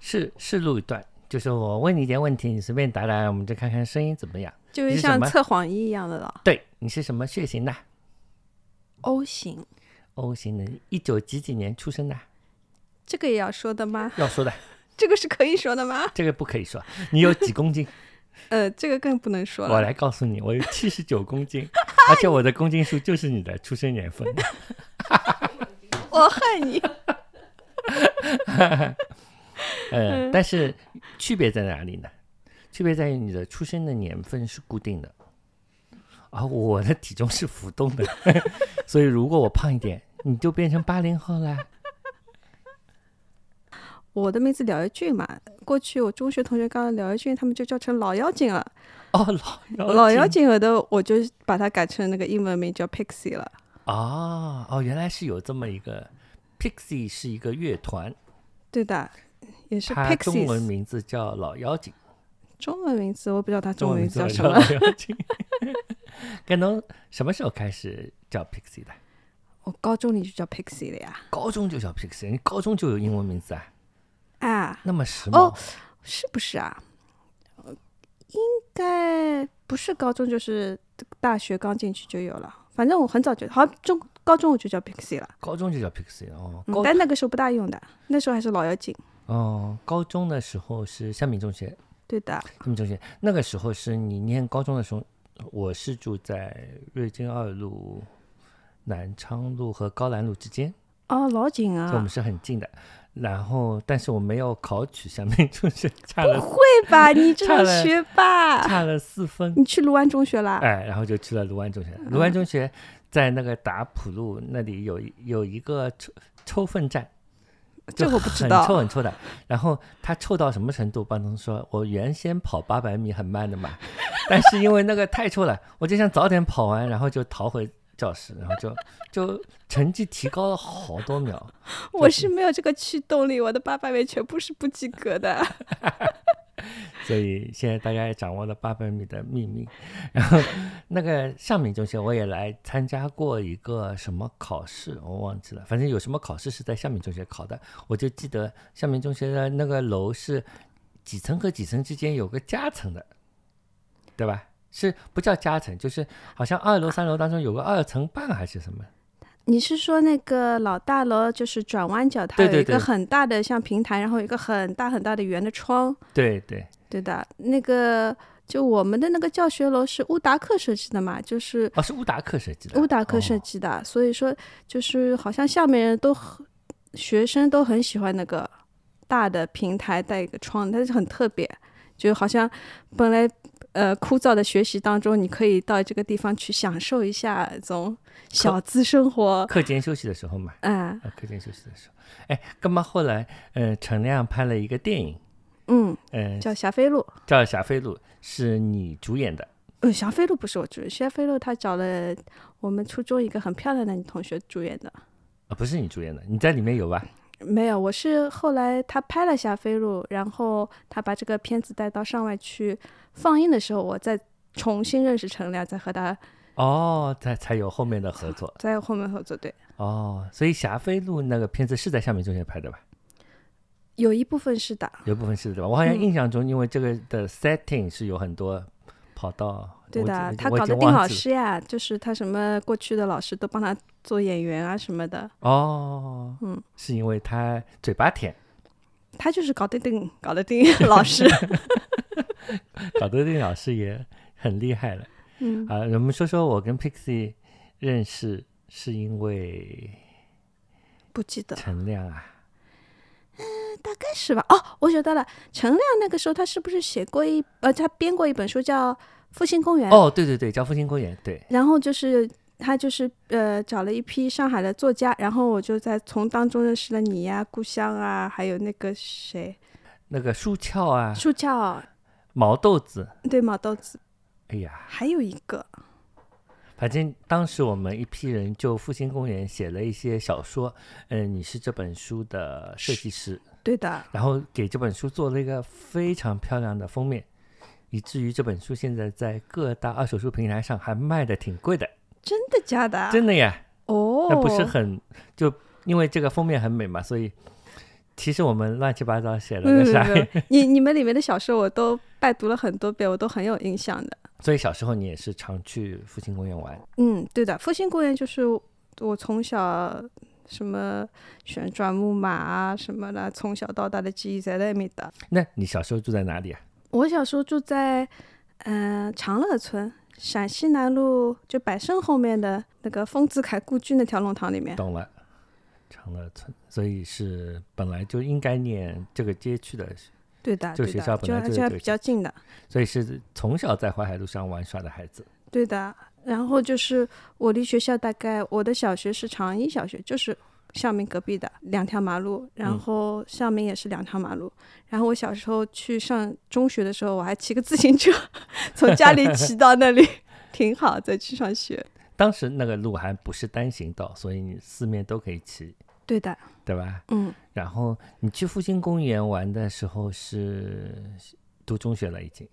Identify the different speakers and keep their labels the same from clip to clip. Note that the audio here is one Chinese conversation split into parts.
Speaker 1: 试试录一段，就是我问你一点问题，你随便答答，我们就看看声音怎么样。
Speaker 2: 就是
Speaker 1: 是什
Speaker 2: 像
Speaker 1: 么
Speaker 2: 测谎仪一样的了。
Speaker 1: 对，你是什么血型的
Speaker 2: O 型，
Speaker 1: ？O 型的，一九几几年出生的？
Speaker 2: 这个也要说的吗？
Speaker 1: 要说的，
Speaker 2: 这个是可以说的吗？
Speaker 1: 这个不可以说。你有几公 斤？
Speaker 2: 呃，这个更不能说
Speaker 1: 我
Speaker 2: 了。
Speaker 1: 来告诉你，我有七十九公斤，而且我的公斤数就是你的出生年 份。
Speaker 2: 我恨你。
Speaker 1: 呃，但是区别在哪里呢？区别在于你的出生的年份是固定的，而我的体重是浮动的， 所以如果我胖一点，你就变成八零后啦。
Speaker 2: 我的名字廖一俊嘛，过去我中学同学刚廖一俊，他们就叫成老妖精了。
Speaker 1: 哦，老
Speaker 2: 老妖
Speaker 1: 妖精
Speaker 2: 精了的，我就把它改成那个英文名叫 Pixie 了。
Speaker 1: 哦哦，原来是有这么一个 Pixie 是一个乐团，
Speaker 2: 对的，也是
Speaker 1: 它中文
Speaker 2: Pixies。
Speaker 1: 名字叫老妖精，
Speaker 2: 中文名字我不知道它
Speaker 1: 中
Speaker 2: 中文名字叫
Speaker 1: 字
Speaker 2: 什
Speaker 1: 叫
Speaker 2: 么
Speaker 1: 老。妖精。 跟侬什么时候开始叫 Pixie 的？
Speaker 2: 我高中里就叫 Pixie 了呀。
Speaker 1: 高中就叫 Pixie，你高中就有英文名字啊？
Speaker 2: 啊，
Speaker 1: 那么时髦
Speaker 2: 哦，是不是啊？应该不是高中，就是大学刚进去就有了。反正我很早就，好像中高中我就叫 Pixie 了，
Speaker 1: 高中就叫 Pixie 哦，
Speaker 2: 嗯
Speaker 1: 高、
Speaker 2: 但那个时候不大用的，那时候还是老妖精。
Speaker 1: 哦，高中的时候是香米中学，
Speaker 2: 对的，
Speaker 1: 香米中学那个时候是你念高中的时候，我是住在瑞金二路、南昌路和高兰路之间，
Speaker 2: 哦，老紧
Speaker 1: 所以我
Speaker 2: 啊
Speaker 1: 们，是很近的。然后，但是我没有考取香米中学，差了
Speaker 2: 对啊吧？你这
Speaker 1: 差
Speaker 2: 种
Speaker 1: 了
Speaker 2: 学霸，
Speaker 1: 差了四分，
Speaker 2: 你去卢湾中学啦？
Speaker 1: 哎，然后就去了卢湾中学。
Speaker 2: 嗯
Speaker 1: 卢湾中学在那个达浦路那里有一有一个抽抽粪站，
Speaker 2: 这
Speaker 1: 就
Speaker 2: 我不知
Speaker 1: 很臭
Speaker 2: 道。
Speaker 1: 很臭的。然后他臭到什么程度？班东说：“我原先跑八百米很慢的嘛， 但是因为那个太臭了，我就想早点跑完，然后就逃回教室，然后就就成绩提高了好多秒。
Speaker 2: 我是没有这个驱动力，我的八百米全部是不及格的。
Speaker 1: 所以现在大家也掌握了八百米的秘密。然后那个上米中学我也来参加过一个什么考试，我忘记了，反正有什么考试是在上米中学考的，我就记得上米中学的那个楼是几层和几层之间有个夹层的，对吧？是不叫夹层，就是好像二楼、三楼当中有个二层半还是什么？
Speaker 2: 你是说那个老大楼，就是转弯角，它
Speaker 1: 对
Speaker 2: 有
Speaker 1: 对
Speaker 2: 一
Speaker 1: 对
Speaker 2: 个很大的像平台，然后有一个很大很大的圆的窗，
Speaker 1: 对对，
Speaker 2: 对的。那个就我们的那个教学楼是乌达克设计的嘛，就是
Speaker 1: 哦，是乌达克设计的。
Speaker 2: 乌达克设
Speaker 1: 哦
Speaker 2: 计的，所以说就是好像下面人都很学生都很喜欢那个大的平台带一个窗，但是很特别，就好像本来呃枯燥的学习当中，你可以到这个地方去享受一下这种小资生活，
Speaker 1: 哦课间休息的时候嘛。
Speaker 2: 嗯
Speaker 1: 啊，课间休息的时候，哎，干嘛后来，呃，陈亮拍了一个电影，
Speaker 2: 嗯，
Speaker 1: 嗯、
Speaker 2: 叫霞飞路。
Speaker 1: 叫《霞飞路》，是你主演的，
Speaker 2: 呃，霞飞路不是我主演，霞飞路他找了我们初中一个很漂亮的女同学主演的。
Speaker 1: 啊，不是你主演的，你在里面有吧？
Speaker 2: 没有，我是后来他拍了《霞飞路》，然后他把这个片子带到上外去放映的时候，我再重新认识陈亮，再和他
Speaker 1: 哦，才才有后面的合作
Speaker 2: 在后面合作。对，
Speaker 1: 哦，所以《霞飞路》那个片子是在下面中学拍的吧？
Speaker 2: 有一部分是的，
Speaker 1: 有一部分是的吧？我好像
Speaker 2: 嗯
Speaker 1: 印象中，因为这个的 setting 是有很多跑道，
Speaker 2: 对
Speaker 1: 我已
Speaker 2: 的
Speaker 1: 经，
Speaker 2: 他
Speaker 1: 我已
Speaker 2: 搞
Speaker 1: 经
Speaker 2: 得定
Speaker 1: 忘
Speaker 2: 老
Speaker 1: 记了
Speaker 2: 师呀，就是他什么过去的老师都帮他做演员啊什么的，
Speaker 1: 哦，
Speaker 2: 嗯，
Speaker 1: 是因为他嘴巴甜，
Speaker 2: 他就是搞得定，搞 得定老师。
Speaker 1: 搞得定老师也很厉害了。
Speaker 2: 嗯，
Speaker 1: 啊，我们说说我跟 Pixie 认识是因为
Speaker 2: 不记得，
Speaker 1: 陈亮啊，
Speaker 2: 大概是吧。哦，我觉得了，陈亮那个时候他是不是写过一呃，他编过一本书叫《复兴公园》？
Speaker 1: 哦，对对对，叫复兴公园，对，
Speaker 2: 然后就是他就是呃找了一批上海的作家，然后我就在从当中认识了你呀、故乡啊，还有那个谁
Speaker 1: 那个舒翘啊，
Speaker 2: 树叫
Speaker 1: 毛豆子，
Speaker 2: 对毛豆子，
Speaker 1: 哎呀，
Speaker 2: 还有一个
Speaker 1: 反正当时我们一批人就复兴公园写了一些小说，嗯、你是这本书的设计师，
Speaker 2: 对的，
Speaker 1: 然后给这本书做了一个非常漂亮的封面，以至于这本书现在在各大二手书平台上还卖的挺贵的，
Speaker 2: 真的假的啊？
Speaker 1: 真的呀，
Speaker 2: 哦，
Speaker 1: 那不是很就因为这个封面很美嘛，所以其实我们乱七八糟写了
Speaker 2: 没有
Speaker 1: 个
Speaker 2: 没有
Speaker 1: 啥，
Speaker 2: 没有，嗯你你们里面的小说我都拜读了很多遍，我都很有印象的。
Speaker 1: 所以小时候你也是常去复兴公园玩。
Speaker 2: 嗯，对的，复兴公园就是我从小什么旋转木马啊什么的，从小到大的记忆在那面的。
Speaker 1: 那你小时候住在哪里啊？
Speaker 2: 我小时候住在嗯、呃长乐村，陕西南路就百盛后面的那个丰子恺故居那条弄堂里面。
Speaker 1: 懂了，长乐村，所以是本来就应该念这个街区的，
Speaker 2: 对的，
Speaker 1: 就
Speaker 2: 对
Speaker 1: 学
Speaker 2: 的
Speaker 1: 校本来就
Speaker 2: 就
Speaker 1: 有
Speaker 2: 还
Speaker 1: 这个
Speaker 2: 比较近的。
Speaker 1: 所以是从小在淮海路上玩耍的孩子。
Speaker 2: 对的，然后就是我离学校大概，我的小学是长一小学，就是校民隔壁的两条马路，
Speaker 1: 嗯
Speaker 2: 然后校民也是两条马路。然后我小时候去上中学的时候，我还骑个自行车从家里骑到那里， 挺好，再去上学。
Speaker 1: 当时那个路还不是单行道，所以你四面都可以骑，
Speaker 2: 对的，
Speaker 1: 对吧？
Speaker 2: 嗯，
Speaker 1: 然后你去复兴公园玩的时候是读中学了，已经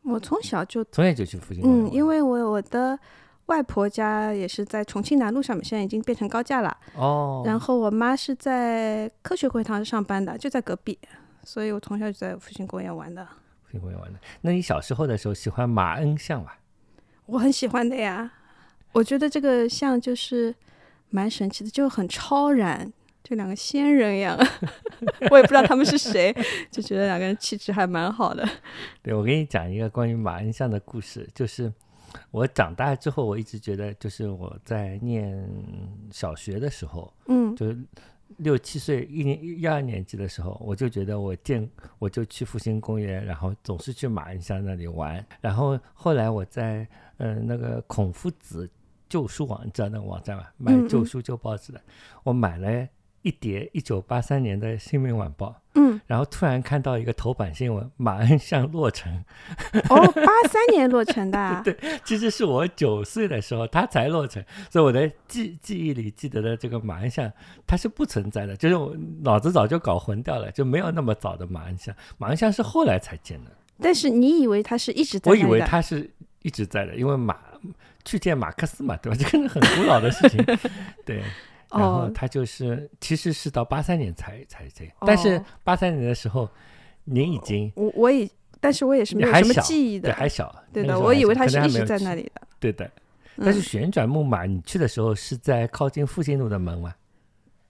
Speaker 2: 我从小就
Speaker 1: 从小就去复兴公园
Speaker 2: 嗯，
Speaker 1: 玩。
Speaker 2: 因为我我的外婆家也是在重庆南路上面，现在已经变成高架了。
Speaker 1: 哦，
Speaker 2: 然后我妈是在科学会堂上班的，就在隔壁，所以我从小就在复兴公园玩的，
Speaker 1: 复兴公园玩的。那你小时候的时候喜欢马恩巷吧？
Speaker 2: 我很喜欢的呀。我觉得这个像就是蛮神奇的，就很超然，就两个仙人一样。 我也不知道他们是 谁，就觉得两个人气质还蛮好的。
Speaker 1: 对，我给你讲一个关于马恩巷的故事，就是我长大之后，我一直觉得，就是我在念小学的时候，
Speaker 2: 嗯，
Speaker 1: 就是六七岁一年一二年级的时候，我就觉得我见我就去复兴公园，然后总是去马恩巷那里玩。然后后来我在呃那个孔夫子旧书网站那个网站嘛，买
Speaker 2: 嗯
Speaker 1: 旧
Speaker 2: 嗯
Speaker 1: 书旧报纸的，我买了一叠一九八三年的《新民晚报》。
Speaker 2: 嗯，
Speaker 1: 然后突然看到一个头版新闻，马恩巷落成，
Speaker 2: 哦，八三年落成的、 啊，对
Speaker 1: 其实是我九岁的时候它才落成，所以我的记记忆里记得的这个马恩巷它是不存在的，就是我脑子早就搞混掉了，就没有那么早的马恩巷，马恩巷是后来才 建的，
Speaker 2: 但是你以为他是一直在
Speaker 1: 我
Speaker 2: 那里
Speaker 1: 以
Speaker 2: 的？
Speaker 1: 为它是一直在的，因为马去见马克思嘛，对吧？这个是很古老的事情， 对。然后
Speaker 2: 哦
Speaker 1: 它就是其实是到八三年才才这样，但是
Speaker 2: 哦
Speaker 1: 八三年的时候，您已经
Speaker 2: 我我也，但是我也是没
Speaker 1: 你
Speaker 2: 有
Speaker 1: 还
Speaker 2: 什么
Speaker 1: 小
Speaker 2: 记忆的
Speaker 1: 对，。还小，
Speaker 2: 对
Speaker 1: 那个时
Speaker 2: 的，
Speaker 1: 候
Speaker 2: 我
Speaker 1: 还
Speaker 2: 以
Speaker 1: 小
Speaker 2: 为他
Speaker 1: 可
Speaker 2: 是
Speaker 1: 能还
Speaker 2: 一
Speaker 1: 没
Speaker 2: 直
Speaker 1: 有
Speaker 2: 在
Speaker 1: 去
Speaker 2: 那里的。
Speaker 1: 对的，
Speaker 2: 嗯
Speaker 1: 但是旋转木马，你去的时候是在靠近复兴路的门嘛？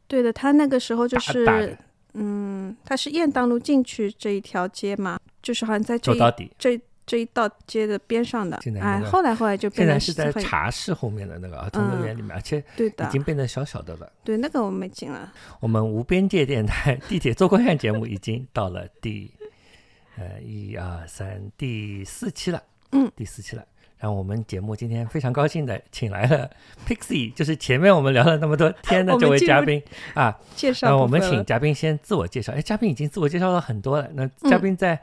Speaker 2: 对的，他那个时候就
Speaker 1: 大大的
Speaker 2: 是，嗯，他是雁荡路进去这一条街嘛，就是好像在这
Speaker 1: 走
Speaker 2: 一
Speaker 1: 到底。
Speaker 2: 这这一道街的边上的
Speaker 1: 现在。
Speaker 2: 哎
Speaker 1: 那，个
Speaker 2: 后来后来就
Speaker 1: 现
Speaker 2: 变
Speaker 1: 在
Speaker 2: 成
Speaker 1: 是
Speaker 2: 四
Speaker 1: 在
Speaker 2: 合院
Speaker 1: 茶室后面的那个儿童乐园里面，而且
Speaker 2: 对
Speaker 1: 已
Speaker 2: 的，
Speaker 1: 经变得小小的了。
Speaker 2: 对那个我没进了。
Speaker 1: 我们无边界电台地铁坐观看节目已经到了第， 呃，一二三，第四期了。
Speaker 2: 嗯，
Speaker 1: 第四期了。然后我们节目今天非常高兴的请来了 Pixie，就是前面我们聊了那么多天的
Speaker 2: 我们
Speaker 1: 这位
Speaker 2: 进
Speaker 1: 嘉
Speaker 2: 入
Speaker 1: 宾啊，
Speaker 2: 介绍
Speaker 1: 那我
Speaker 2: 部
Speaker 1: 们
Speaker 2: 分
Speaker 1: 请
Speaker 2: 了
Speaker 1: 嘉宾先自我介绍。哎，嘉宾已经自我介绍了很多了，那嘉
Speaker 2: 嗯
Speaker 1: 宾再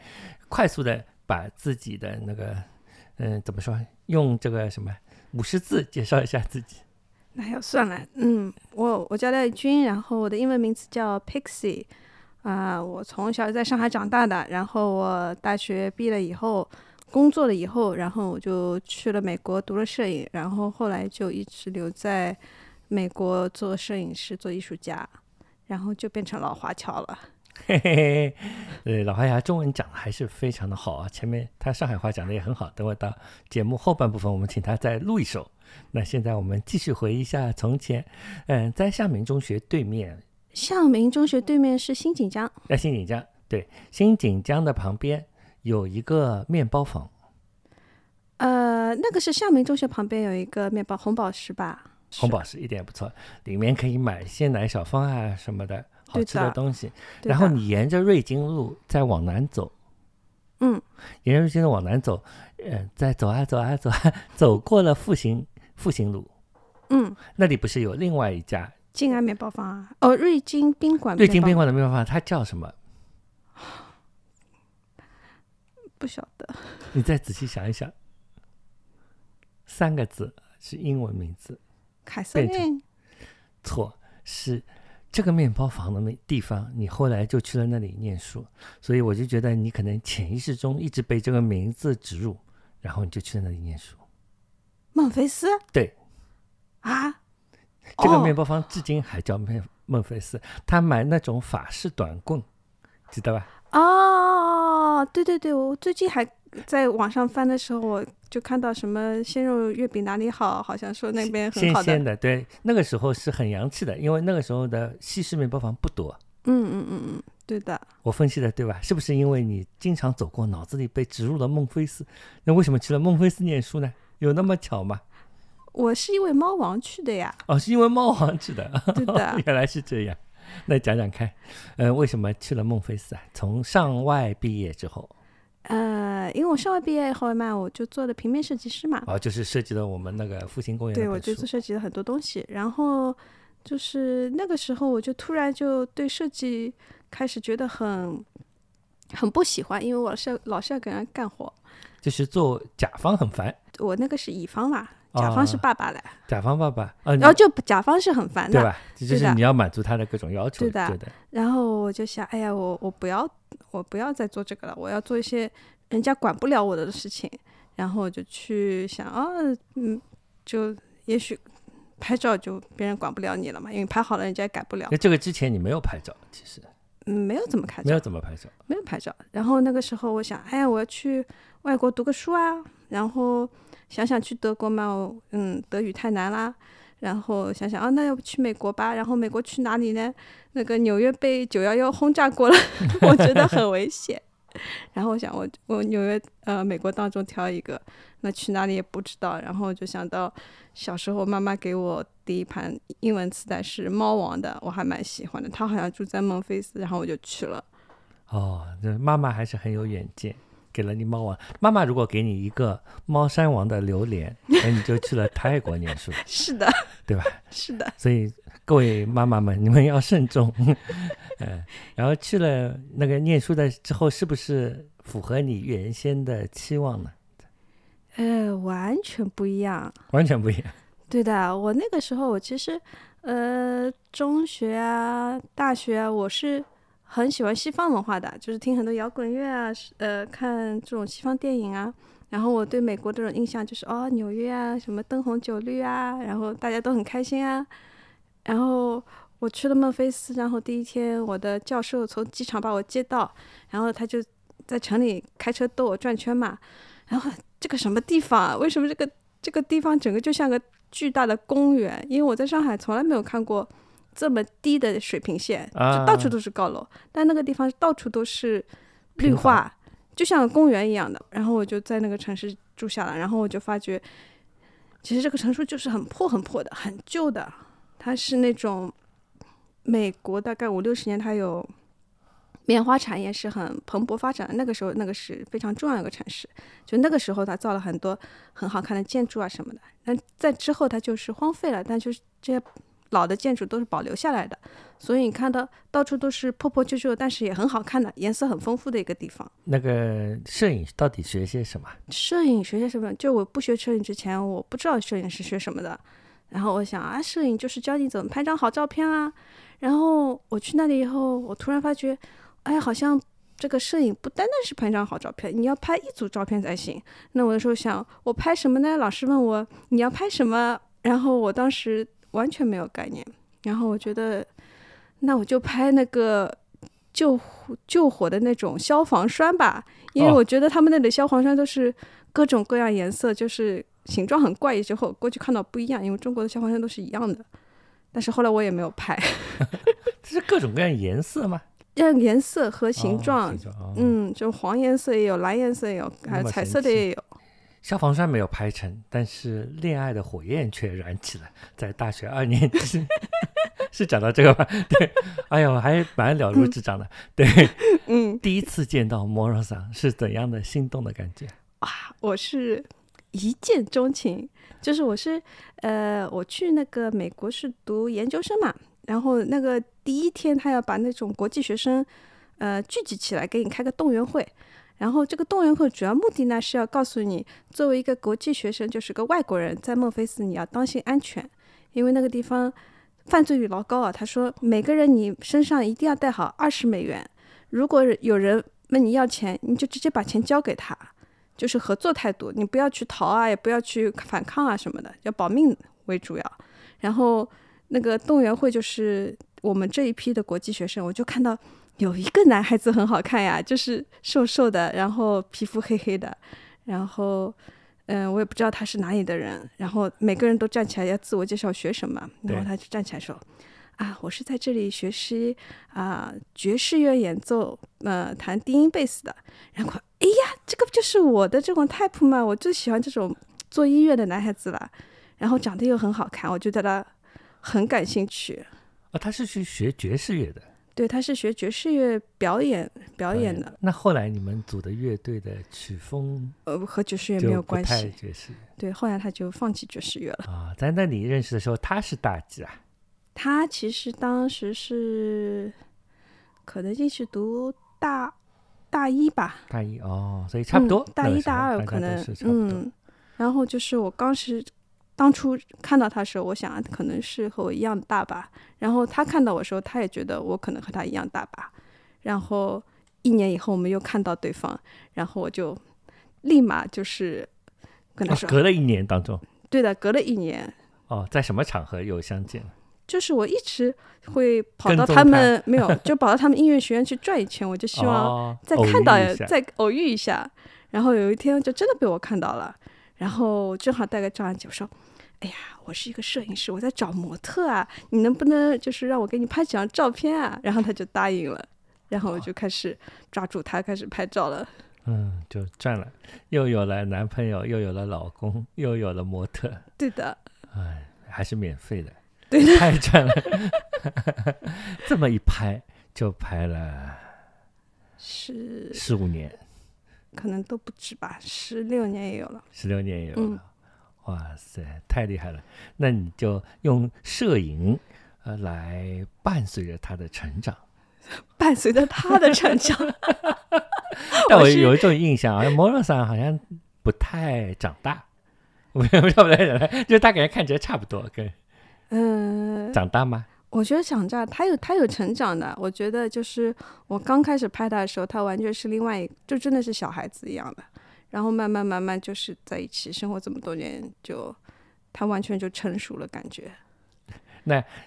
Speaker 1: 快速的把自己的那个，嗯、怎么说？用这个什么五十字介绍一下自己。
Speaker 2: 那要算了，嗯，我我叫赖军，然后我的英文名字叫 Pixie，啊、我从小在上海长大的，然后我大学毕了以后，工作了以后，然后我就去了美国读了摄影，然后后来就一直留在美国做摄影师、做艺术家，然后就变成老华侨了。
Speaker 1: 嘿嘿嘿，呃，老花牙中文讲的还是非常的好啊。前面他上海话讲的也很好，等会到节目后半部分，我们请他再录一首。那现在我们继续回忆一下从前，嗯，在厦门中学对面，
Speaker 2: 厦门中学对面是新锦江，
Speaker 1: 在新锦江，对，新锦江的旁边有一个面包房。
Speaker 2: 呃，那个是厦门中学旁边有一个面包红宝石吧？
Speaker 1: 红宝石一点也不错，里面可以买鲜奶小方啊什么的好
Speaker 2: 对
Speaker 1: 吃的
Speaker 2: 的
Speaker 1: 东西。
Speaker 2: 是，对
Speaker 1: 然后
Speaker 2: 的
Speaker 1: 你沿着瑞金路再往南走，
Speaker 2: 嗯，
Speaker 1: 沿着瑞金路往南走，呃，再走啊走啊走啊， 走过了复兴复兴路，
Speaker 2: 嗯。
Speaker 1: 那里不是有另外一家
Speaker 2: 静安面包房啊，哦，瑞金宾馆面包，
Speaker 1: 瑞金宾馆的面包房？它叫什么？
Speaker 2: 不晓得，
Speaker 1: 你再仔细想一想，三个字是英文名字，
Speaker 2: 凯瑟
Speaker 1: 变
Speaker 2: 琳，
Speaker 1: 错，是这个面包房的那地方，你后来就去了那里念书，所以我就觉得你可能潜意识中一直被这个名字植入，然后你就去了那里念书。
Speaker 2: 孟菲斯，
Speaker 1: 对
Speaker 2: 啊，
Speaker 1: 这个
Speaker 2: 哦
Speaker 1: 面包房至今还叫面孟菲斯，他买那种法式短棍，记得吧？
Speaker 2: 哦，对对对，我最近还在网上翻的时候，我就看到什么鲜肉月饼哪里好，好像说那边 很
Speaker 1: 鲜
Speaker 2: 好的。
Speaker 1: 鲜的，对，那个时候是很洋气的，因为那个时候的西式面包房不多。
Speaker 2: 嗯嗯嗯嗯，对的。
Speaker 1: 我分析的对吧？是不是因为你经常走过，脑子里被植入了孟菲斯？那为什么去了孟菲斯念书呢？有那么巧吗？
Speaker 2: 我是因为猫王去的呀。
Speaker 1: 哦，是因为猫王去的。
Speaker 2: 对啊的
Speaker 1: 原来是这样。那讲讲看，呃，为什么去了孟菲斯啊？从上外毕业之后，
Speaker 2: 呃，因为我上外毕业后嘛，我就做了平面设计师嘛，
Speaker 1: 哦，就是涉及到我们那个复兴公园
Speaker 2: 啊对
Speaker 1: 那
Speaker 2: 我
Speaker 1: 本
Speaker 2: 就
Speaker 1: 书
Speaker 2: 做设计了很多东西。然后就是那个时候，我就突然就对设计开始觉得很很不喜欢，因为我是要老是要给人干活，
Speaker 1: 就是做甲方很烦，
Speaker 2: 我那个是乙方嘛，甲方是
Speaker 1: 啊
Speaker 2: 爸爸来，
Speaker 1: 甲方爸爸，啊，你
Speaker 2: 然后就甲方是很烦
Speaker 1: 对
Speaker 2: 的。
Speaker 1: 吧？这就
Speaker 2: 对
Speaker 1: 是
Speaker 2: 的
Speaker 1: 你要满足他的各种要求，
Speaker 2: 对的
Speaker 1: 对的，
Speaker 2: 然后我就想，哎呀，我我不要，我不要再做这个了，我要做一些人家管不了我的事情。然后我就去想，啊，嗯，就也许拍照就别人管不了你了嘛，因为拍好了人家也改不了
Speaker 1: 那，这个之前你没有拍照，其实
Speaker 2: 嗯，没有怎么拍
Speaker 1: 没
Speaker 2: 照，
Speaker 1: 有怎么拍照，
Speaker 2: 没有拍照。然后那个时候我想，哎呀，我要去外国读个书啊，然后想想去德国嘛，我嗯，德语太难啦。然后想想啊，那要不去美国吧？然后美国去哪里呢？那个纽约被九幺幺轰炸过了，我觉得很危险。然后我想我，我纽约呃美国当中挑一个，那去哪里也不知道。然后就想到小时候妈妈给我第一盘英文磁带是猫王的，我还蛮喜欢的。他好像住在孟菲斯，然后我就去了。。
Speaker 1: 哦，这妈妈还是很有远见，给了你猫王。妈妈如果给你一个猫山王的榴莲，那你就去了泰国念书了
Speaker 2: 是的，
Speaker 1: 对吧？
Speaker 2: 是的，
Speaker 1: 所以各位妈妈们，你们要慎重。 嗯，然后去了那个念书的之后，是不是符合你原先的期望呢？
Speaker 2: 呃，完全不一样。
Speaker 1: 完全不一样。
Speaker 2: 对的，我那个时候我其实，呃，中学啊、大学啊，我是很喜欢西方文化的，就是听很多摇滚乐啊，是呃，看这种西方电影啊。然后我对美国这种印象就是，哦，纽约啊，什么灯红酒绿啊，然后大家都很开心啊。然后我去了孟菲斯，然后第一天我的教授从机场把我接到，然后他就在城里开车逗我转圈嘛。然后这个什么地方啊？为什么这个这个地方整个就像个巨大的公园？因为我在上海从来没有看过这么低的水平线，就到处
Speaker 1: 啊
Speaker 2: 都是高楼，但那个地方到处都是绿
Speaker 1: 平房
Speaker 2: 化，就像公园一样的。然后我就在那个城市住下了，然后我就发觉，其实这个城市就是很破、很破的、很旧的，它是那种美国大概五六十年，它有棉花产业是很蓬勃发展的。那个时候，那个是非常重要的一个城市，就那个时候它造了很多很好看的建筑啊什么的。但在之后它就是荒废了，但就是这些老的建筑都是保留下来的，所以你看到到处都是破破旧旧，但是也很好看的，颜色很丰富的一个地方。
Speaker 1: 那个摄影到底学些什么？
Speaker 2: 摄影学些什么？就我不学摄影之前，我不知道摄影是学什么的。然后我想啊，摄影就是教你怎么拍张好照片啊。然后我去那里以后，我突然发觉，哎，好像这个摄影不单单是拍张好照片，你要拍一组照片才行。那我那时候想，我拍什么呢？老师问我你要拍什么，然后我当时完全没有概念。然后我觉得，那我就拍那个救火救火的那种消防栓吧，因为
Speaker 1: 哦
Speaker 2: 我觉得他们那里消防栓都是各种各样颜色，就是形状很怪异。之后过去看到不一样，因为中国的消防栓都是一样的。但是后来我也没有拍，
Speaker 1: 这是各种各样颜色吗？
Speaker 2: 让颜色和 形
Speaker 1: 哦
Speaker 2: 状，
Speaker 1: 形状。哦、
Speaker 2: 嗯，就黄颜色也有，蓝颜色也有，还
Speaker 1: 那
Speaker 2: 有
Speaker 1: 么
Speaker 2: 彩
Speaker 1: 神
Speaker 2: 色的
Speaker 1: 奇
Speaker 2: 也有。
Speaker 1: 消防栓没有拍成，但是恋爱的火焰却燃起了，在大学二年级。 是讲到这个吧？ 对，哎呀，我还蛮了如指掌的。对，
Speaker 2: 嗯，
Speaker 1: 第一次见到莫若桑是怎样的心动的感觉？
Speaker 2: 我是一见钟情，就是我是呃，我去那个美国是读研究生嘛，然后那个第一天他要把那种国际学生呃聚集起来，给你开个动员会。然后这个动员会主要目的呢是要告诉你，作为一个国际学生，就是个外国人，在孟菲斯你要当心安全，因为那个地方犯罪率老高啊。他说每个人你身上一定要带好二十美元，如果有人问你要钱，你就直接把钱交给他。就是合作态度，你不要去逃啊，也不要去反抗啊什么的，要保命为主要。然后那个动员会就是我们这一批的国际学生，我就看到有一个男孩子很好看呀，就是瘦瘦的，然后皮肤黑黑的，然后嗯、呃我也不知道他是哪里的人，然后每个人都站起来要自我介绍学什么，
Speaker 1: 对
Speaker 2: 然后他就站起来说。啊，我是在这里学习啊、爵士乐演奏，呃，弹低音贝斯的。然后我，哎呀，这个不就是我的这种 type 嘛，我就喜欢这种做音乐的男孩子了。然后长得又很好看，我就对他很感兴趣。
Speaker 1: 哦，他是去学爵士乐的，
Speaker 2: 对，他是学爵士乐表演表演的，。
Speaker 1: 呃那后来你们组的乐队的曲风
Speaker 2: 呃，和爵士乐没
Speaker 1: 就
Speaker 2: 有
Speaker 1: 不
Speaker 2: 关
Speaker 1: 太
Speaker 2: 系。
Speaker 1: 爵士
Speaker 2: 对，后来他就放弃爵士乐了。
Speaker 1: 啊。但那你认识的时候，他是大几啊？
Speaker 2: 他其实当时是可能进去读大大一吧，
Speaker 1: 大一哦，所以差不多。
Speaker 2: 嗯、大
Speaker 1: 那个
Speaker 2: 一
Speaker 1: 时候
Speaker 2: 大二
Speaker 1: 大
Speaker 2: 可
Speaker 1: 家都
Speaker 2: 能
Speaker 1: 是差不多。哦
Speaker 2: 嗯。然后就是我当时当初看到他的时候，我想啊可能是和我一样大吧。然后他看到我的时候，他也觉得我可能和他一样大吧。然后一年以后我们又看到对方，然后我就立马就是跟他
Speaker 1: 哦
Speaker 2: 说，
Speaker 1: 隔了一年当中，
Speaker 2: 对的，隔了一年，
Speaker 1: 哦，在什么场合有相见？
Speaker 2: 就是我一直会跑
Speaker 1: 跟
Speaker 2: 到
Speaker 1: 踪
Speaker 2: 他们没有，就跑到他们音乐学院去转一圈，我 就希望
Speaker 1: 哦
Speaker 2: 再
Speaker 1: 偶
Speaker 2: 看到
Speaker 1: 遇一下
Speaker 2: 再偶遇一下。然后有一天就真的被我看到了，然后正好带个照相机，我说：“哎呀，我是一个摄影师，我在找模特啊，你能不能就是让我给你拍几张照片啊？”然后他就答应了，然后我就开始抓住他开始拍照了。
Speaker 1: 嗯，就赚了，又有了男朋友，又有了老公，又有了模特，
Speaker 2: 对的，
Speaker 1: 还是免费 的，对太赚了。 这么一拍就拍了
Speaker 2: 是
Speaker 1: 十五年，
Speaker 2: 可能都不止吧，十六年也有了。
Speaker 1: 十六年也有了。
Speaker 2: 嗯
Speaker 1: 哇塞，太厉害了！那你就用摄影，呃，来伴随着他的成 长。
Speaker 2: 伴随着他的成长，
Speaker 1: 但
Speaker 2: 我
Speaker 1: 我
Speaker 2: 是
Speaker 1: 有一种印象，好像摩洛桑好像不太长大， 不是不是不太长大，就是大概看起来差不多，跟
Speaker 2: 嗯、
Speaker 1: 长大吗？
Speaker 2: 我觉得长大，他有他有成长的。我觉得就是我刚开始拍他的时候，他完全是另外一，就真的是小孩子一样的。然后慢慢慢慢就是在一起生活这么多年，就他完全就成熟了，感觉。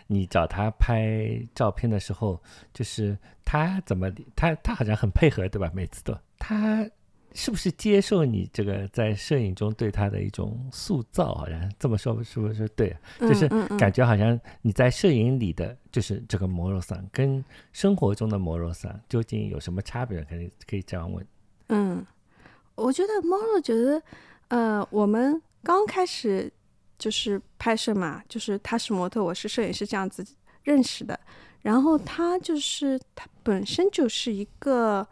Speaker 1: 你找他拍照片的时候，就是他怎么理他他好像很配合，对吧？每次都他是不是接受你这个在摄影中对他的一种塑造？好像这么说是不是对啊？就是
Speaker 2: 嗯嗯嗯、
Speaker 1: 感觉好像你在摄影里的就是这个摩洛桑跟生活中的摩洛桑究竟有什么差别？可以可以这样问。
Speaker 2: 嗯，我觉得 Moro 觉得，呃，我们刚开始就是拍摄嘛，就是他是模特，我是摄影师这样子认识的。然后他就是他本身就是一个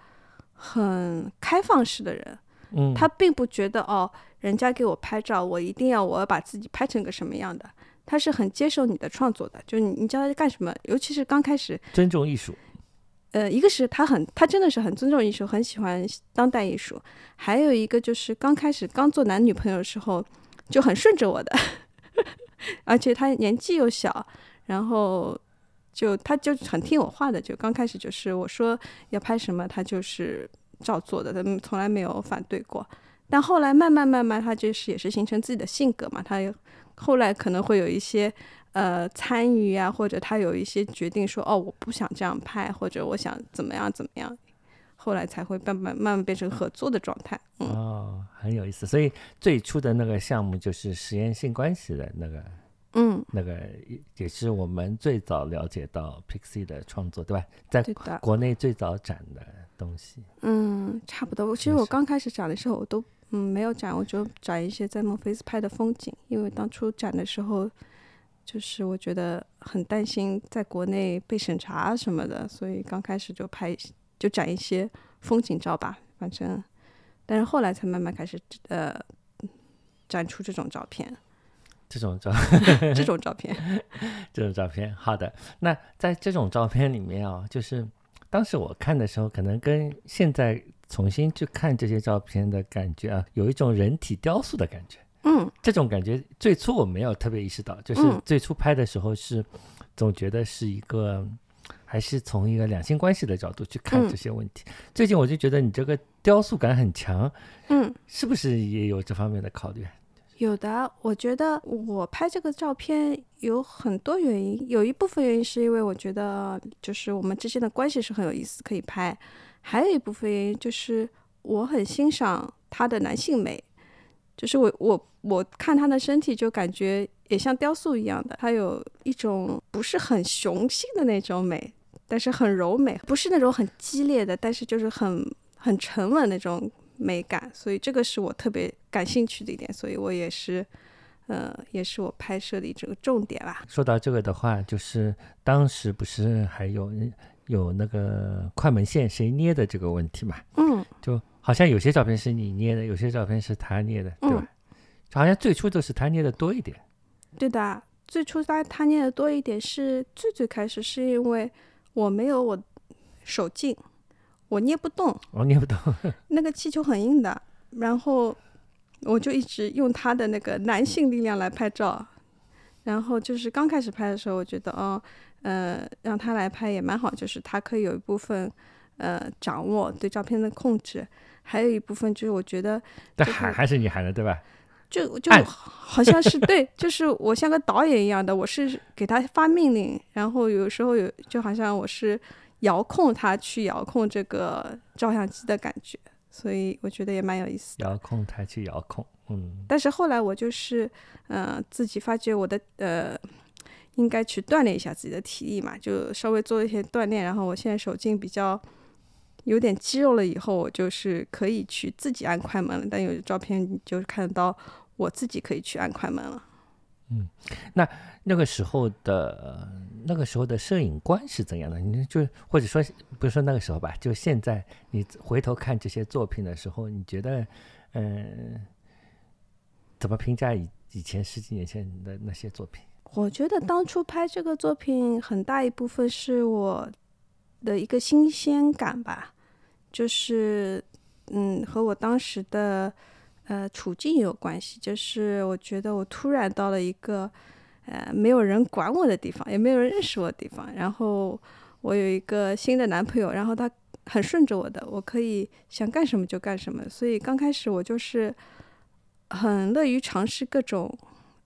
Speaker 2: 很开放式的人，
Speaker 1: 嗯，
Speaker 2: 他并不觉得哦，人家给我拍照，我一定要我要把自己拍成个什么样的。他是很接受你的创作的，就是你你叫他干什么，尤其是刚开始
Speaker 1: 尊重艺术，
Speaker 2: 呃，一个是他很，他真的是很尊重艺术，很喜欢当代艺术。还有一个就是刚开始刚做男女朋友的时候就很顺着我的， 而且他年纪又小，然后就他就很听我话的，就刚开始就是我说要拍什么，他就是照做的，他们从来没有反对过。但后来慢慢慢慢，他就是也是形成自己的性格嘛，他也后来可能会有一些呃参与啊，或者他有一些决定说哦，我不想这样拍，或者我想怎么样怎么样，后来才会慢慢慢慢变成合作的状态。嗯，
Speaker 1: 哦，很有意思。所以最初的那个项目就是实验性关系的那个
Speaker 2: 嗯，
Speaker 1: 那个，也是我们最早了解到 Pixie 的创作，对吧？在
Speaker 2: 对的，
Speaker 1: 国内最早展的东西。
Speaker 2: 嗯，差不多。我其实我刚开始展的时候，我都嗯没有展，我就展一些在孟菲斯拍的风景，因为当初展的时候。就是我觉得很担心在国内被审查什么的，所以刚开始就拍一些就展一些风景照吧，反正，但是后来才慢慢开始呃展出这种照片，
Speaker 1: 这种照
Speaker 2: 这种照片。
Speaker 1: 这种照片，好的。那在这种照片里面啊，就是当时我看的时候，可能跟现在重新去看这些照片的感觉啊，有一种人体雕塑的感觉。
Speaker 2: 嗯
Speaker 1: 这种感觉最初我没有特别意识到，就是
Speaker 2: 嗯
Speaker 1: 最初拍的时候是总觉得是一个，还是从一个两性关系的角度去看
Speaker 2: 嗯
Speaker 1: 这些问题。最近我就觉得你这个雕塑感很强，
Speaker 2: 嗯，
Speaker 1: 是不是也有这方面的考虑？
Speaker 2: 有的，我觉得我拍这个照片有很多原因，有一部分原因是因为我觉得就是我们之间的关系是很有意思，可以拍；还有一部分原因就是我很欣赏他的男性美，就是我我我看他的身体就感觉也像雕塑一样的，他有一种不是很雄性的那种美，但是很柔美，不是那种很激烈的，但是就是很很沉稳那种美感，所以这个是我特别感兴趣的一点，所以我也是，呃，也是我拍摄的一个重点吧。
Speaker 1: 说到这个的话，就是当时不是还有有那个快门线谁捏的这个问题嘛？
Speaker 2: 嗯，
Speaker 1: 就好像有些照片是你捏的，有些照片是他捏的，对吧？
Speaker 2: 嗯
Speaker 1: 好像最初都是他捏的多一点。
Speaker 2: 对的，最初他他捏的多一点是最最开始是因为我没有我手劲，我捏不动，
Speaker 1: 我、捏不懂，
Speaker 2: 那个气球很硬的，然后我就一直用他的那个男性力量来拍照。然后就是刚开始拍的时候，我觉得哦，呃，让他来拍也蛮好，就是他可以有一部分呃掌握对照片的控制，还有一部分就是我觉得
Speaker 1: 但
Speaker 2: 就是
Speaker 1: 喊还是你喊的，对吧？
Speaker 2: 就就
Speaker 1: 按
Speaker 2: 好像是对， 就是我像个导演一样的，我是给他发命令，然后有时候有就好像我是遥控他去遥控这个照相机的感觉，所以我觉得也蛮有意思的。
Speaker 1: 遥控台去遥控，嗯，
Speaker 2: 但是后来我就是，呃，自己发觉我的呃，应该去锻炼一下自己的体力嘛，就稍微做一些锻炼。然后我现在手劲比较有点肌肉了，以后我就是可以去自己按快门了。但有的照片你就看得到我自己可以去按快门了。
Speaker 1: 那个时候的那个时候的摄影观是怎样的？你就或者说不是说那个时候吧，就现在你回头看这些作品的时候，你觉得，嗯、怎么评价以以前十几年前的那些作品？
Speaker 2: 我觉得当初拍这个作品很大一部分是我的一个新鲜感吧，就是嗯和我当时的呃处境有关系，就是我觉得我突然到了一个呃没有人管我的地方，也没有人认识我的地方，然后我有一个新的男朋友，然后他很顺着我的，我可以想干什么就干什么，所以刚开始我就是很乐于尝试各种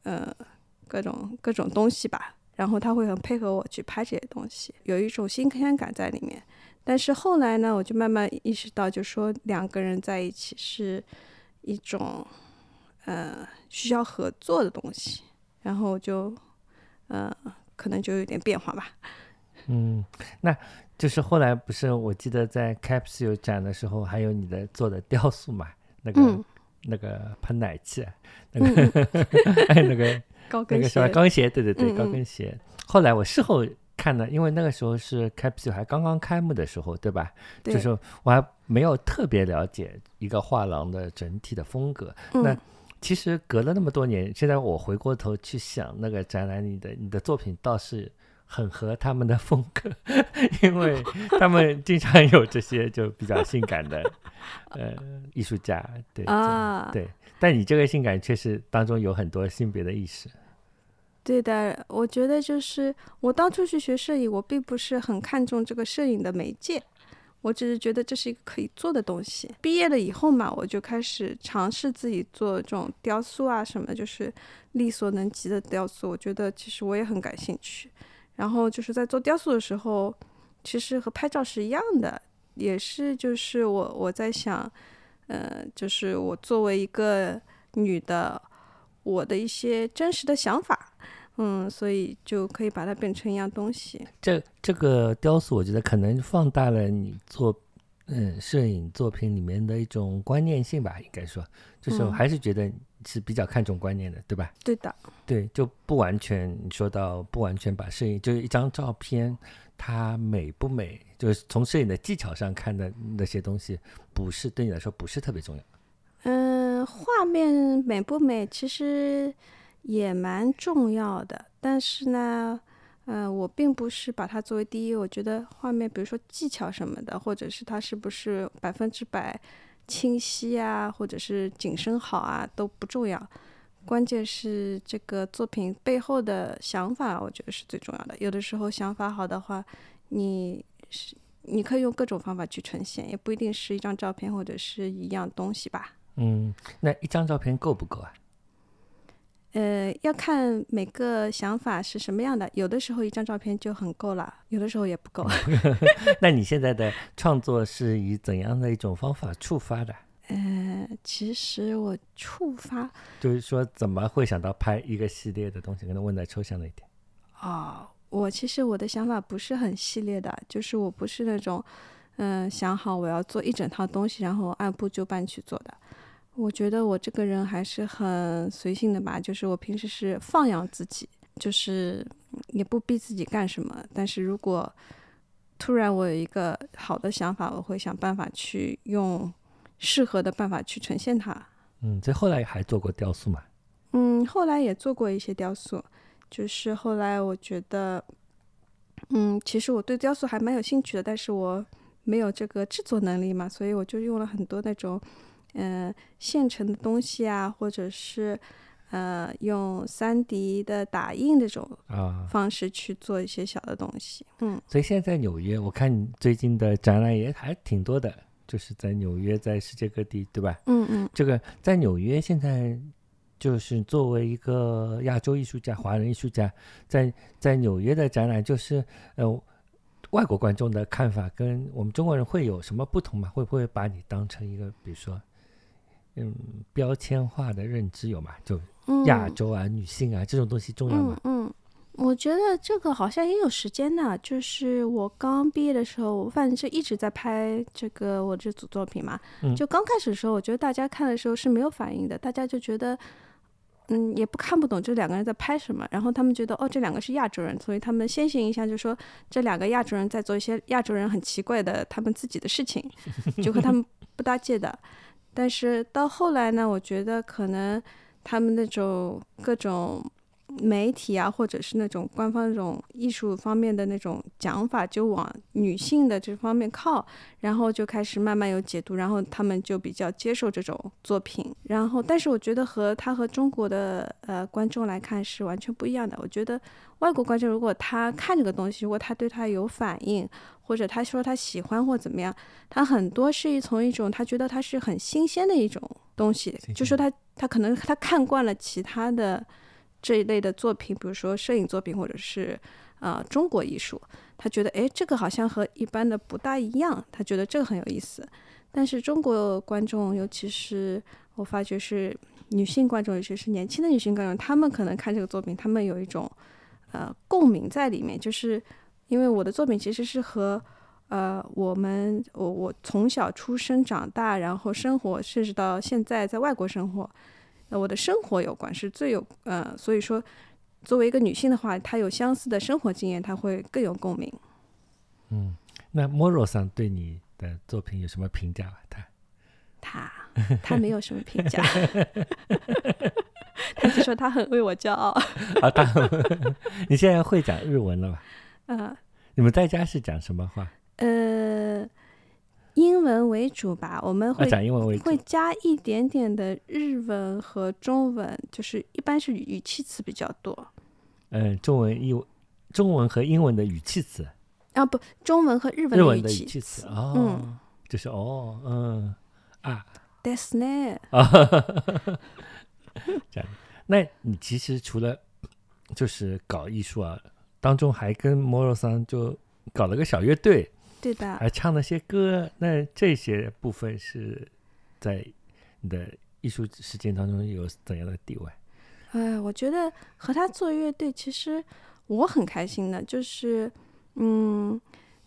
Speaker 2: 呃各种各种东西吧，然后他会很配合我去拍这些东西，有一种新鲜感在里面。但是后来呢，我就慢慢意识到，就说两个人在一起是一种呃需要合作的东西，然后我就呃可能就有点变化吧。
Speaker 1: 嗯，那就是后来不是我记得在 Capsule 展的时候，还有你的做的雕塑嘛，那个、
Speaker 2: 嗯，
Speaker 1: 那个喷奶器，啊那
Speaker 2: 嗯
Speaker 1: 个、 哎那个
Speaker 2: 高
Speaker 1: 那
Speaker 2: 跟
Speaker 1: 个
Speaker 2: 鞋
Speaker 1: 是吧？高跟鞋，对对对，
Speaker 2: 嗯
Speaker 1: 高
Speaker 2: 嗯
Speaker 1: 跟鞋。后来我事后看的，因为那个时候是 Capsule 还刚刚开幕的时候，对吧？
Speaker 2: 对，
Speaker 1: 就是我还没有特别了解一个画廊的整体的风格。那
Speaker 2: 嗯
Speaker 1: 其实隔了那么多年，现在我回过头去想那个展览里的你的作品，倒是很合他们的风格， 因为他 们经常有这些就比较性感的呃艺术家，对
Speaker 2: 啊，
Speaker 1: 对。但你这个性感确实当中有很多性别的意识，
Speaker 2: 对的，我觉得就是我当初去学摄影，我并不是很看重这个摄影的媒介，我只是觉得这是一个可以做的东西。毕业了以后嘛，我就开始尝试自己做这种雕塑啊什么，就是力所能及的雕塑。我觉得其实我也很感兴趣。然后就是在做雕塑的时候，其实和拍照是一样的，也是就是我我在想，呃，就是我作为一个女的，我的一些真实的想法。嗯，所以就可以把它变成一样东西。
Speaker 1: 这这个雕塑，我觉得可能放大了你做嗯摄影作品里面的一种观念性吧，应该说，就是我
Speaker 2: 嗯
Speaker 1: 还是觉得是比较看重观念的，对吧？
Speaker 2: 对的，
Speaker 1: 对，就不完全你说到不完全把摄影，就是一张照片它美不美，就是从摄影的技巧上看的那些东西，不是对你来说不是特别重要。
Speaker 2: 嗯，画面美不美其实也蛮重要的，但是呢，呃，我并不是把它作为第一。我觉得画面，比如说技巧什么的，或者是它是不是百分之百清晰啊，或者是景深好啊，都不重要。关键是这个作品背后的想法，我觉得是最重要的。有的时候想法好的话，你是你可以用各种方法去呈现，也不一定是一张照片或者是一样东西吧。
Speaker 1: 嗯，那一张照片够不够啊？
Speaker 2: 呃，要看每个想法是什么样的，有的时候一张照片就很够了，有的时候也不够。
Speaker 1: 那你现在的创作是以怎样的一种方法触发的？
Speaker 2: 呃，其实我触发
Speaker 1: 就是说，怎么会想到拍一个系列的东西？可能问的抽象了一点。
Speaker 2: 哦，我其实我的想法不是很系列的，就是我不是那种，嗯、想好我要做一整套东西，然后按部就班去做的。我觉得我这个人还是很随性的吧，就是我平时是放养自己，就是嗯也不逼自己干什么。但是如果突然我有一个好的想法，我会想办法去用适合的办法去呈现它。
Speaker 1: 嗯，所以后来还做过雕塑嘛？
Speaker 2: 嗯，后来也做过一些雕塑，就是后来我觉得，嗯，其实我对雕塑还蛮有兴趣的，但是我没有这个制作能力嘛，所以我就用了很多那种，嗯、现成的东西啊，或者是呃用三 D 的打印这种
Speaker 1: 啊，
Speaker 2: 方式去做一些小的东西。嗯，
Speaker 1: 所以现在在纽约，我看你最近的展览也还挺多的，就是在纽约，在世界各地，对吧？
Speaker 2: 嗯嗯，
Speaker 1: 这个在纽约现在就是作为一个亚洲艺术家、华人艺术家，在在纽约的展览，就是呃，外国观众的看法跟我们中国人会有什么不同吗？会不会把你当成一个，比如说，嗯，标签化的认知有吗？就
Speaker 2: 嗯
Speaker 1: 亚洲啊、女性啊这种东西重要吗？
Speaker 2: 嗯，嗯，我觉得这个好像也有时间的，就是我刚毕业的时候，我反正一直在拍这个我这组作品嘛。
Speaker 1: 嗯
Speaker 2: 就刚开始的时候，我觉得大家看的时候是没有反应的，大家就觉得。嗯，也不看不懂这两个人在拍什么，然后他们觉得哦，这两个是亚洲人，所以他们先行一下就说这两个亚洲人在做一些亚洲人很奇怪的他们自己的 事情，就和他们不搭界的。但是到后来呢，我觉得可能他们那种各种媒体啊，或者是那种官方那种艺术方面的那种讲法，就往女性的这方面靠，然后就开始慢慢有解读，然后他们就比较接受这种作品。然后，但是我觉得和他和中国的呃观众来看是完全不一样的。我觉得外国观众如果他看这个东西，如果他对他有反应，或者他说他喜欢或怎么样，他很多是从一种他觉得他是很新鲜的一种东西
Speaker 1: 新，
Speaker 2: 就
Speaker 1: 鲜
Speaker 2: 说他他可能他看惯了其他的这一类的作品，比如说摄影作品或者是呃中国艺术，他觉得诶这个好像和一般的不大一样，他觉得这个很有意思。但是中国观众，尤其是我发觉是女性观众，尤其是年轻的女性观众，她们可能看这个作品，她们有一种呃共鸣在里面，就是因为我的作品其实是和呃我们我我从小出生长大，然后生活，甚至到现在在外国生活，呃我的生活有关，是最有呃，所以说作为一个女性的话，她有相似的生活经验，她会更有共鸣。
Speaker 1: 嗯，那 Moro 桑对你的作品有什么评价吗？他
Speaker 2: 他他没有什么评价， 他就说他很为我骄傲。
Speaker 1: 啊，他 你现在会讲日文了吧？
Speaker 2: 呃
Speaker 1: 你们在家是讲什么话？
Speaker 2: 呃，英文为主吧，我们
Speaker 1: 啊，
Speaker 2: 会、
Speaker 1: 讲英文为主
Speaker 2: 会。加一点点的日文和中文，就是一般是语气词比较多
Speaker 1: 嗯，中文译中文和英文的语气词，
Speaker 2: 啊，不，中文和日文
Speaker 1: 日文
Speaker 2: 语
Speaker 1: 的
Speaker 2: 气。
Speaker 1: 气词哦，
Speaker 2: 嗯
Speaker 1: 就是哦，嗯 啊
Speaker 2: That's ne，
Speaker 1: 啊，这样。那你其实除了就是搞艺术啊，当中还跟 Moro 桑就搞了个小乐队，
Speaker 2: 对的。
Speaker 1: 还唱了些歌。那这些部分是在你的艺术实践当中有怎样的地位？
Speaker 2: 哎，我觉得和他做乐队，其实我很开心的。就是，嗯，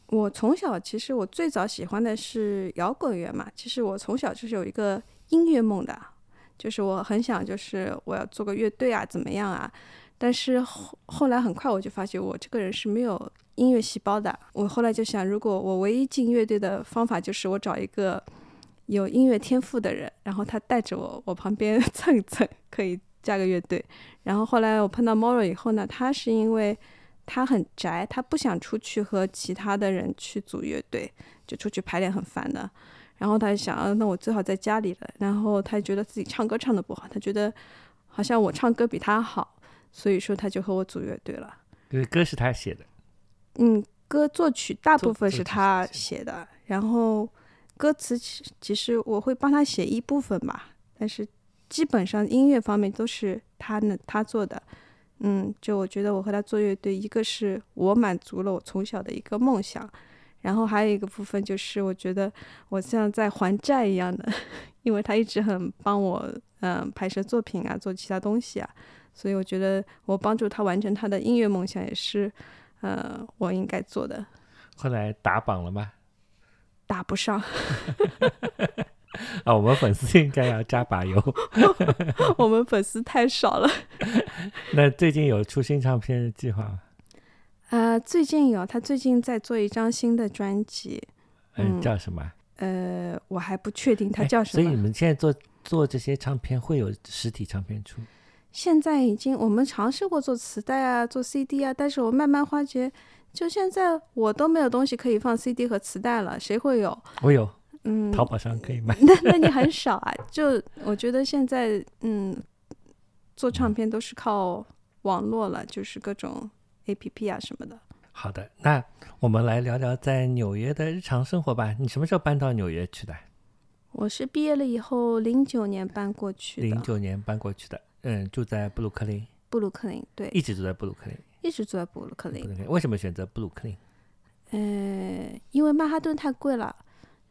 Speaker 2: 我从小其实我最早喜欢的是摇滚乐嘛。其实我从小就是有一个音乐梦的，就是我很想，就是我要做个乐队啊，怎么样啊？但是后后来很快我就发觉，我这个人是没有音乐细胞的。我后来就想，如果我唯一进乐队的方法就是我找一个有音乐天赋的人，然后他带着我，我旁边 蹭一蹭，可以加个乐队。然后后来我碰到 Moro 以后呢，他是因为他很宅，他不想出去和其他的人去组乐队，就出去排练很烦的。然后他就想，啊那我最好在家里了。然后他觉得自己唱歌唱的不好，他觉得好像我唱歌比他好，所以说他就和我组乐队了。
Speaker 1: 就是歌是他写的，
Speaker 2: 嗯，歌作曲大
Speaker 1: 作
Speaker 2: 部分
Speaker 1: 作
Speaker 2: 是
Speaker 1: 曲是
Speaker 2: 他
Speaker 1: 他
Speaker 2: 写的，然后歌词其其实我会帮他写一部分吧，但是基本上音乐方面都是他呢他做的。嗯，就我觉得我和他做乐队，一个是我满足了我从小的一个梦想，然后还有一个部分就是我觉得我像在还债一样的，因为他一直很帮我，嗯、拍摄作品啊，做其他东西啊，所以我觉得我帮助他完成他的音乐梦想也是，呃，我应该做的。
Speaker 1: 后来打榜了吗？
Speaker 2: 打不上，
Speaker 1: 啊，我们粉丝应该要加把油。
Speaker 2: 我们粉丝太少了。
Speaker 1: 那最近有出新唱片的计划 吗？
Speaker 2: 呃，最近有他最近在做一张新的专辑，
Speaker 1: 嗯，
Speaker 2: 嗯
Speaker 1: 叫什么啊？
Speaker 2: 呃，我还不确定他
Speaker 1: 哎
Speaker 2: 叫什
Speaker 1: 所以
Speaker 2: 么。
Speaker 1: 你们现在做做这些唱片会有实体唱片出？
Speaker 2: 现在已经我们尝试过做磁带啊，做 CD 啊，但是我慢慢发觉，就现在我都没有东西可以放 CD 和磁带了，谁会有？
Speaker 1: 我有，
Speaker 2: 嗯，
Speaker 1: 淘宝上可以买。
Speaker 2: 那那你很少啊。就我觉得现在，嗯，做唱片都是靠网络了，就是各种 APP 啊什么的。
Speaker 1: 好的，那我们来聊聊在纽约的日常生活吧。你什么时候搬到纽约去的？
Speaker 2: 我是毕业了以后，零九年搬过去
Speaker 1: 零
Speaker 2: 的，
Speaker 1: 九年搬过去的，嗯，住在布鲁克林，
Speaker 2: 布鲁克林，对，
Speaker 1: 一直住在布鲁克林。
Speaker 2: 一直住在布鲁克林
Speaker 1: 布。鲁克林为什么选择布鲁克林？
Speaker 2: 呃，因为曼哈顿太贵了，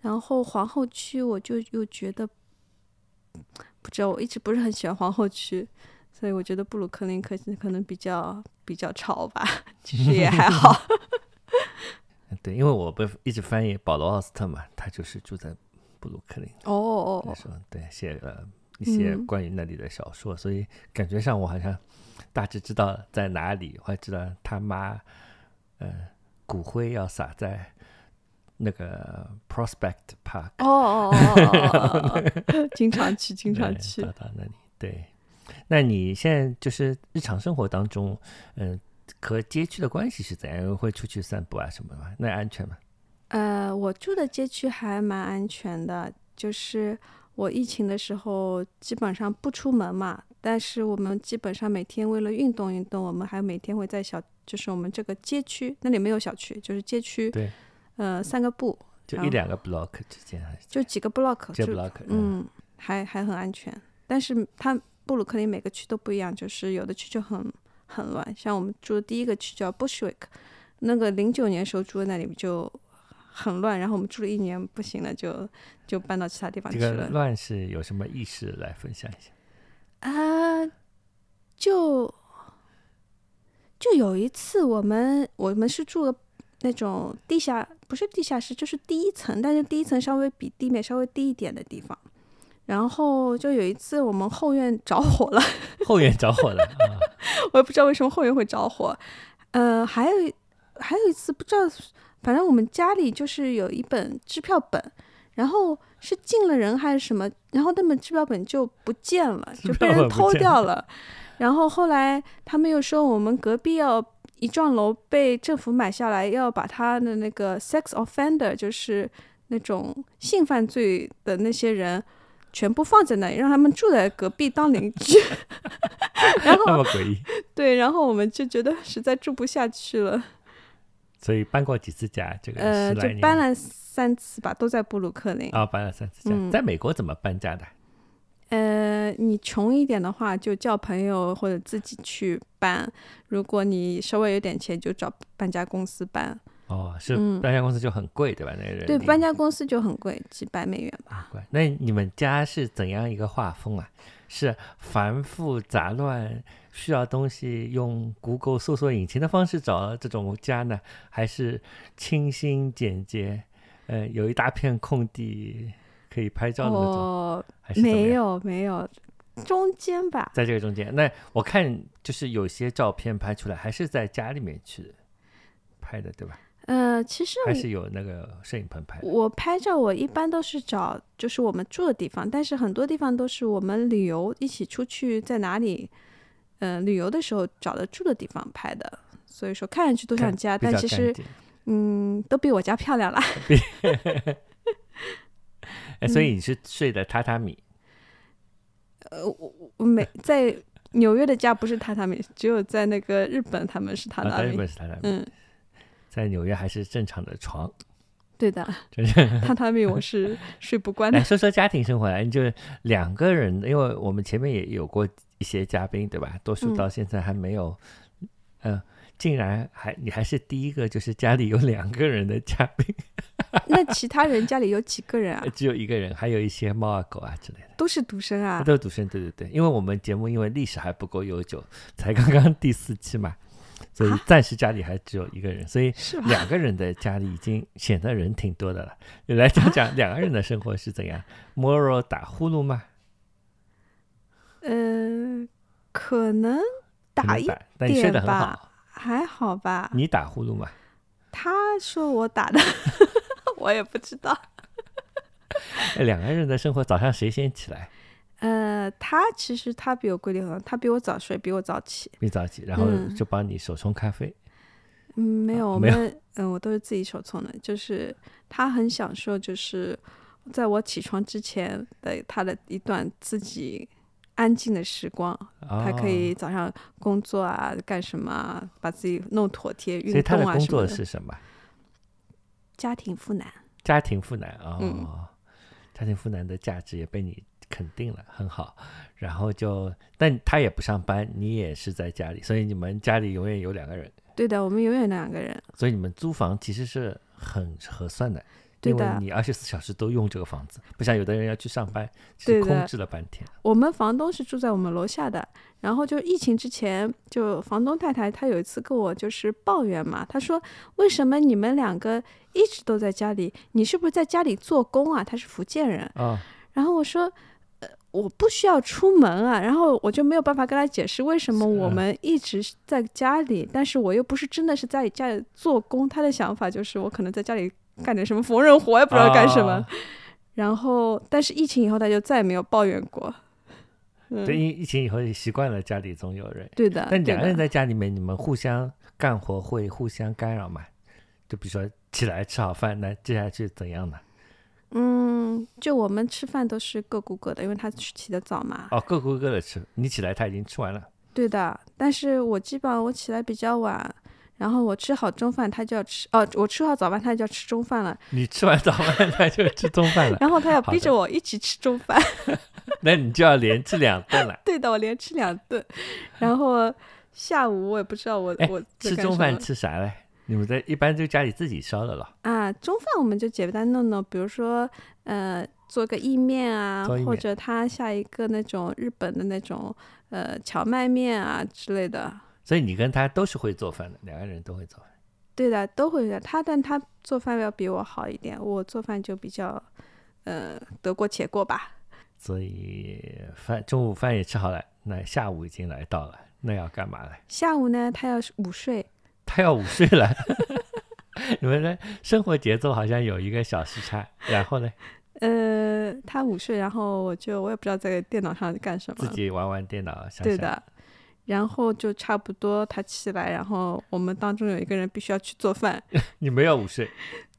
Speaker 2: 然后皇后区我就又觉得，不知道我一直不是很喜欢皇后区，所以我觉得布鲁克林可可能比较比较潮吧，其实也还好。
Speaker 1: 嗯对，因为我不一直翻译保罗·奥斯特嘛，他就是住在布鲁克林。
Speaker 2: 哦哦
Speaker 1: 那
Speaker 2: 哦，
Speaker 1: 时候对写了一些
Speaker 2: 嗯
Speaker 1: 关于那里的小说，所以感觉上我好像大致知道在哪里，我还知道他妈，呃，骨灰要撒在那个 Prospect Park，
Speaker 2: 哦哦哦哦哦， 经常去，经常
Speaker 1: 对
Speaker 2: 去
Speaker 1: 到。到那里。对，那你现在就是日常生活当中，嗯、和街区的关系是怎样？会出去散步啊什么的吗？那安全吗？
Speaker 2: 呃，我住的街区还蛮安全的，就是我疫情的时候基本上不出门嘛，但是我们基本上每天为了运动运动，我们还每天会在小，就是我们这个街区那里没有小区，就是街区，
Speaker 1: 对，
Speaker 2: 呃，散个步，
Speaker 1: 就一
Speaker 2: 然
Speaker 1: 两个 block 之间还是
Speaker 2: 就几个 block，
Speaker 1: 这
Speaker 2: 啊就
Speaker 1: block？嗯
Speaker 2: 嗯，还还很安全。但是它布鲁克林每个区都不一样，就是有的区就很很乱，像我们住的第一个区叫 Bushwick，那个零九年时候住的那里就很乱，然后我们住了一年不行了，就就搬到其他地方
Speaker 1: 这
Speaker 2: 去
Speaker 1: 个
Speaker 2: 了。
Speaker 1: 乱是有什么意识来分享一下？
Speaker 2: 啊、就就有一次我们我们是住了那种地下，不是地下室，就是第一层，但是第一层稍微比地面稍微低一点的地方。然后就有一次我们后院着火了，
Speaker 1: 后院着火了啊！
Speaker 2: 我也不知道为什么后院会着火。呃，还有一还有一次不知道，反正我们家里就是有一本支票本，然后是进了人还是什么，然后那本支票本就不见了，就被
Speaker 1: 支票本不
Speaker 2: 人偷
Speaker 1: 见
Speaker 2: 掉了。然后后来他们又说我们隔壁要一幢楼被政府买下来，要把他的那个 sex offender，就是那种性犯罪的那些人。全部放在那里，让他们住在隔壁当邻居。然后
Speaker 1: 那么诡异，
Speaker 2: 对，然后我们就觉得实在住不下去了，
Speaker 1: 所以搬过几次家？这个
Speaker 2: 呃，
Speaker 1: 十
Speaker 2: 就
Speaker 1: 来年
Speaker 2: 搬了三次吧，都在布鲁克林。
Speaker 1: 啊、搬了三次家。
Speaker 2: 嗯
Speaker 1: 在美国怎么搬家的？
Speaker 2: 呃，你穷一点的话，就叫朋友或者自己去搬；如果你稍微有点钱，就找搬家公司搬。
Speaker 1: 哦，是
Speaker 2: 嗯
Speaker 1: 搬家公司就很贵，对吧？那个啊人
Speaker 2: 对，
Speaker 1: 力
Speaker 2: 搬家公司就很贵，几百美元吧。
Speaker 1: 很贵。那你们家是怎样一个画风啊？是繁复杂乱，需要东西用 Google 搜索引擎的方式找这种家呢，还是清新简洁？呃，有一大片空地可以拍照的那种，
Speaker 2: 哦，
Speaker 1: 还是怎么
Speaker 2: 没
Speaker 1: 样？
Speaker 2: 有没有，中间吧。
Speaker 1: 在这个中间。那我看就是有些照片拍出来还是在家里面去拍的，对吧？
Speaker 2: 呃，其实
Speaker 1: 还
Speaker 2: 我
Speaker 1: 是有那个摄影棚拍的。
Speaker 2: 我拍照，我一般都是找就是我们住的地方，但是很多地方都是我们旅游一起出去在哪里，呃，旅游的时候找的住的地方拍的。所以说看上去都像
Speaker 1: 看
Speaker 2: 家，
Speaker 1: 比
Speaker 2: 啊但
Speaker 1: 较
Speaker 2: 其
Speaker 1: 干
Speaker 2: 实
Speaker 1: 净
Speaker 2: 嗯，都比我家漂亮啦。嗯
Speaker 1: 哎，所以你是睡的榻榻米，
Speaker 2: 我 每在纽约的家不是榻榻米，只有在那个日本他们是榻
Speaker 1: 啊，在
Speaker 2: 榻
Speaker 1: 日
Speaker 2: 米。
Speaker 1: 本是榻榻米，
Speaker 2: 嗯，
Speaker 1: 在纽约还是正常的床。哎
Speaker 2: 对的，榻榻米我是睡不惯的
Speaker 1: 来。说说家庭生活来，你就是两个人，因为我们前面也有过一些嘉宾，对吧？多数
Speaker 2: 嗯
Speaker 1: 到现在还没有，嗯、呃，竟然还你还是第一个，就是家里有两个人的嘉宾，
Speaker 2: 那其他人家里有几个人啊？
Speaker 1: 只有一个人，还有一些猫啊狗啊之类的，
Speaker 2: 都是独生 啊
Speaker 1: 都？是独生。对对对，因为我们节目因为历史还不够悠久，才刚刚第四期 嘛，所以
Speaker 2: 啊
Speaker 1: 暂时家里还只有一个人，所以
Speaker 2: 是吧？
Speaker 1: 两个人的家里已经显得人挺多的了。你来讲讲两个人的生活是怎
Speaker 2: 啊
Speaker 1: 样？摸肉打呼噜吗？
Speaker 2: 嗯，可能
Speaker 1: 可
Speaker 2: 打
Speaker 1: 能
Speaker 2: 一
Speaker 1: 打，但你睡得
Speaker 2: 点
Speaker 1: 很
Speaker 2: 吧
Speaker 1: 好。啊
Speaker 2: 还好吧？
Speaker 1: 你打呼噜吗？
Speaker 2: 他说我打的， 我也不知道。
Speaker 1: 哎两个人的生活，早上谁先起来？
Speaker 2: 呃，他其实他比我规律很好，他比我早睡，比我早起。
Speaker 1: 你早起，然后
Speaker 2: 嗯
Speaker 1: 就帮你手冲咖啡。
Speaker 2: 嗯，没有，我
Speaker 1: 啊没有
Speaker 2: 们嗯，我都是自己手冲的，就是他很享受，就是在我起床之前的他的一段自己安静的时光，
Speaker 1: 哦、
Speaker 2: 他可，以早上工作啊，干什么啊，把自己弄妥帖，
Speaker 1: 所以
Speaker 2: 运
Speaker 1: 他
Speaker 2: 动
Speaker 1: 的
Speaker 2: 啊
Speaker 1: 工
Speaker 2: 什么
Speaker 1: 作
Speaker 2: 的。
Speaker 1: 是什么？
Speaker 2: 家庭妇男，
Speaker 1: 家庭妇男哦，
Speaker 2: 嗯
Speaker 1: 家庭妇男的价值也被你肯定了，很好。然后就，但他也不上班，你也是在家里，所以你们家里永远有两个人，
Speaker 2: 对的，我们永远两个人，
Speaker 1: 所以你们租房其实是很合算的。
Speaker 2: 对
Speaker 1: 因为
Speaker 2: 的。
Speaker 1: 你二十四小时都用这个房子，不像有的人要去上班，其
Speaker 2: 对
Speaker 1: 实
Speaker 2: 的
Speaker 1: 空置了半天。
Speaker 2: 我们房东是住在我们楼下的，然后就疫情之前，就房东太太她有一次跟我就是抱怨嘛，她说为什么你们两个一直都在家里？你是不是在家里做工啊？她是福建人，
Speaker 1: 哦，
Speaker 2: 然后我说。呃，我不需要出门啊，然后我就没有办法跟她解释为什么
Speaker 1: 是啊
Speaker 2: 我们一直是在家里，但是我又不是真的是在家里做工。她的想法就是我可能在家里干点什么缝纫活，也不知道干什么。
Speaker 1: 啊
Speaker 2: 然后，但是疫情以后，她就再也没有抱怨过。嗯，
Speaker 1: 对，疫疫情以后也习惯了家里总有人。
Speaker 2: 对的，
Speaker 1: 但
Speaker 2: 对
Speaker 1: 两个
Speaker 2: 的
Speaker 1: 人在家里面，你们互相干活会互相干扰嘛？就比如说起来吃好饭，那接下去怎样呢？
Speaker 2: 嗯，就我们吃饭都是各顾各的，因为他去起的早嘛。
Speaker 1: 哦，各顾各的吃。你起来，他已经吃完了。
Speaker 2: 对的，但是我基本上我起来比较晚，然后我吃好中饭，他就要吃哦，我吃好早饭，他就要吃中饭了，
Speaker 1: 你吃完早饭，他就吃中饭了。
Speaker 2: 然后他要
Speaker 1: 好
Speaker 2: 逼
Speaker 1: 的
Speaker 2: 着我一起吃中饭。
Speaker 1: 那你就要连吃两顿了。
Speaker 2: 对的，我连吃两顿，然后下午我也不知道我
Speaker 1: 哎
Speaker 2: 我在
Speaker 1: 吃
Speaker 2: 干
Speaker 1: 中
Speaker 2: 什
Speaker 1: 饭
Speaker 2: 么
Speaker 1: 吃啥嘞？你们在一般就家里自己烧的了。
Speaker 2: 啊，中饭我们就简单弄弄，比如说呃做个意面啊，
Speaker 1: 做意
Speaker 2: 或
Speaker 1: 面
Speaker 2: 者他下一个那种日本的那种呃荞麦面啊之类的。
Speaker 1: 所以你跟他都是会做饭的，两个人都会做饭。
Speaker 2: 对的，都会的。他但他做饭要比我好一点，我做饭就比较，呃，得过且过吧。
Speaker 1: 所以饭中午饭也吃好了，那下午已经来到了，那要干嘛嘞？
Speaker 2: 下午呢，他要是午睡，
Speaker 1: 他要午睡了。 你们的生活节奏好像有一个小时差，然后呢，
Speaker 2: 呃，他午睡，然后我就我也不知道在电脑上干什
Speaker 1: 自
Speaker 2: 么，
Speaker 1: 己玩玩电脑，想想
Speaker 2: 对的。然后就差不多他起来，然后我们当中有一个人必须要去做饭，
Speaker 1: 你没有午睡，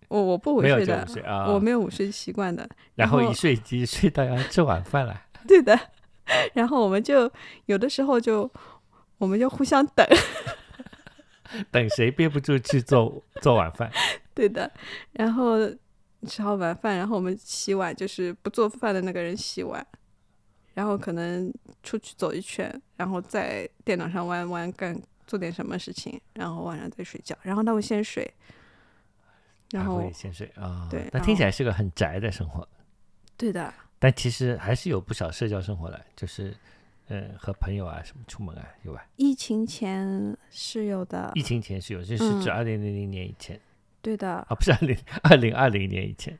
Speaker 2: 我我不午
Speaker 1: 没有
Speaker 2: 睡
Speaker 1: 就
Speaker 2: 的
Speaker 1: 午，睡啊。
Speaker 2: 我没有午睡习惯的。
Speaker 1: 然后
Speaker 2: 然后
Speaker 1: 一睡即睡到要吃晚饭了，
Speaker 2: 对的， 然后我们就有的时候就我们就互相等。
Speaker 1: 等谁憋不住去做做晚饭，
Speaker 2: 对的，然后吃好晚饭，然后我们洗碗，就是不做饭的那个人洗碗，然后可能出去走一圈，然后在电脑上玩玩干做点什么事情，然后晚上再睡觉，然后他会先睡， 然
Speaker 1: 还
Speaker 2: 后
Speaker 1: 会先睡啊。
Speaker 2: 对
Speaker 1: 那
Speaker 2: 然
Speaker 1: 听起
Speaker 2: 后
Speaker 1: 来是个很宅的生活，
Speaker 2: 对的，
Speaker 1: 但其实还是有不少社交生活的，就是呃和朋友啊什么出门啊，有吧？
Speaker 2: 疫情前是有的
Speaker 1: 疫，情前是有，就是指
Speaker 2: 呃嗯
Speaker 1: 二零零零年以前、
Speaker 2: 对的，
Speaker 1: 啊，不是二零二零二零年以前。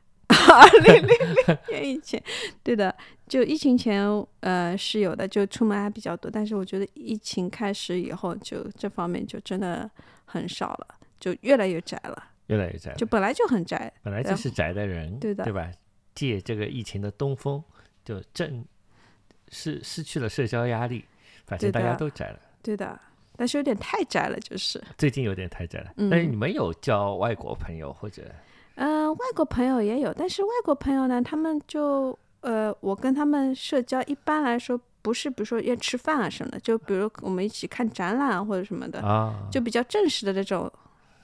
Speaker 2: 二零零零 年以前，对的，就疫情前呃是有的，就出门还比较多，但是我觉得疫情开始以后，就这方面就真的很少了，就越来越宅了，
Speaker 1: 越来越宅了，
Speaker 2: 就本来就很宅，
Speaker 1: 本来就
Speaker 2: 然
Speaker 1: 是宅的人，
Speaker 2: 对的
Speaker 1: 吧？借这个疫情的东风，就正是失去了社交压力，反正
Speaker 2: 对
Speaker 1: 大家
Speaker 2: 的
Speaker 1: 都宅了。
Speaker 2: 对的，但是有点太宅了，就是，
Speaker 1: 最近有点太宅了，但是
Speaker 2: 嗯
Speaker 1: 你们有交外国朋友或者
Speaker 2: 嗯、外国朋友也有，但是外国朋友呢，他们就呃，我跟他们社交一般来说不是，比如说要吃饭啊什么的，就比如我们一起看展览啊或者什么的，
Speaker 1: 啊？
Speaker 2: 就比较正式的这种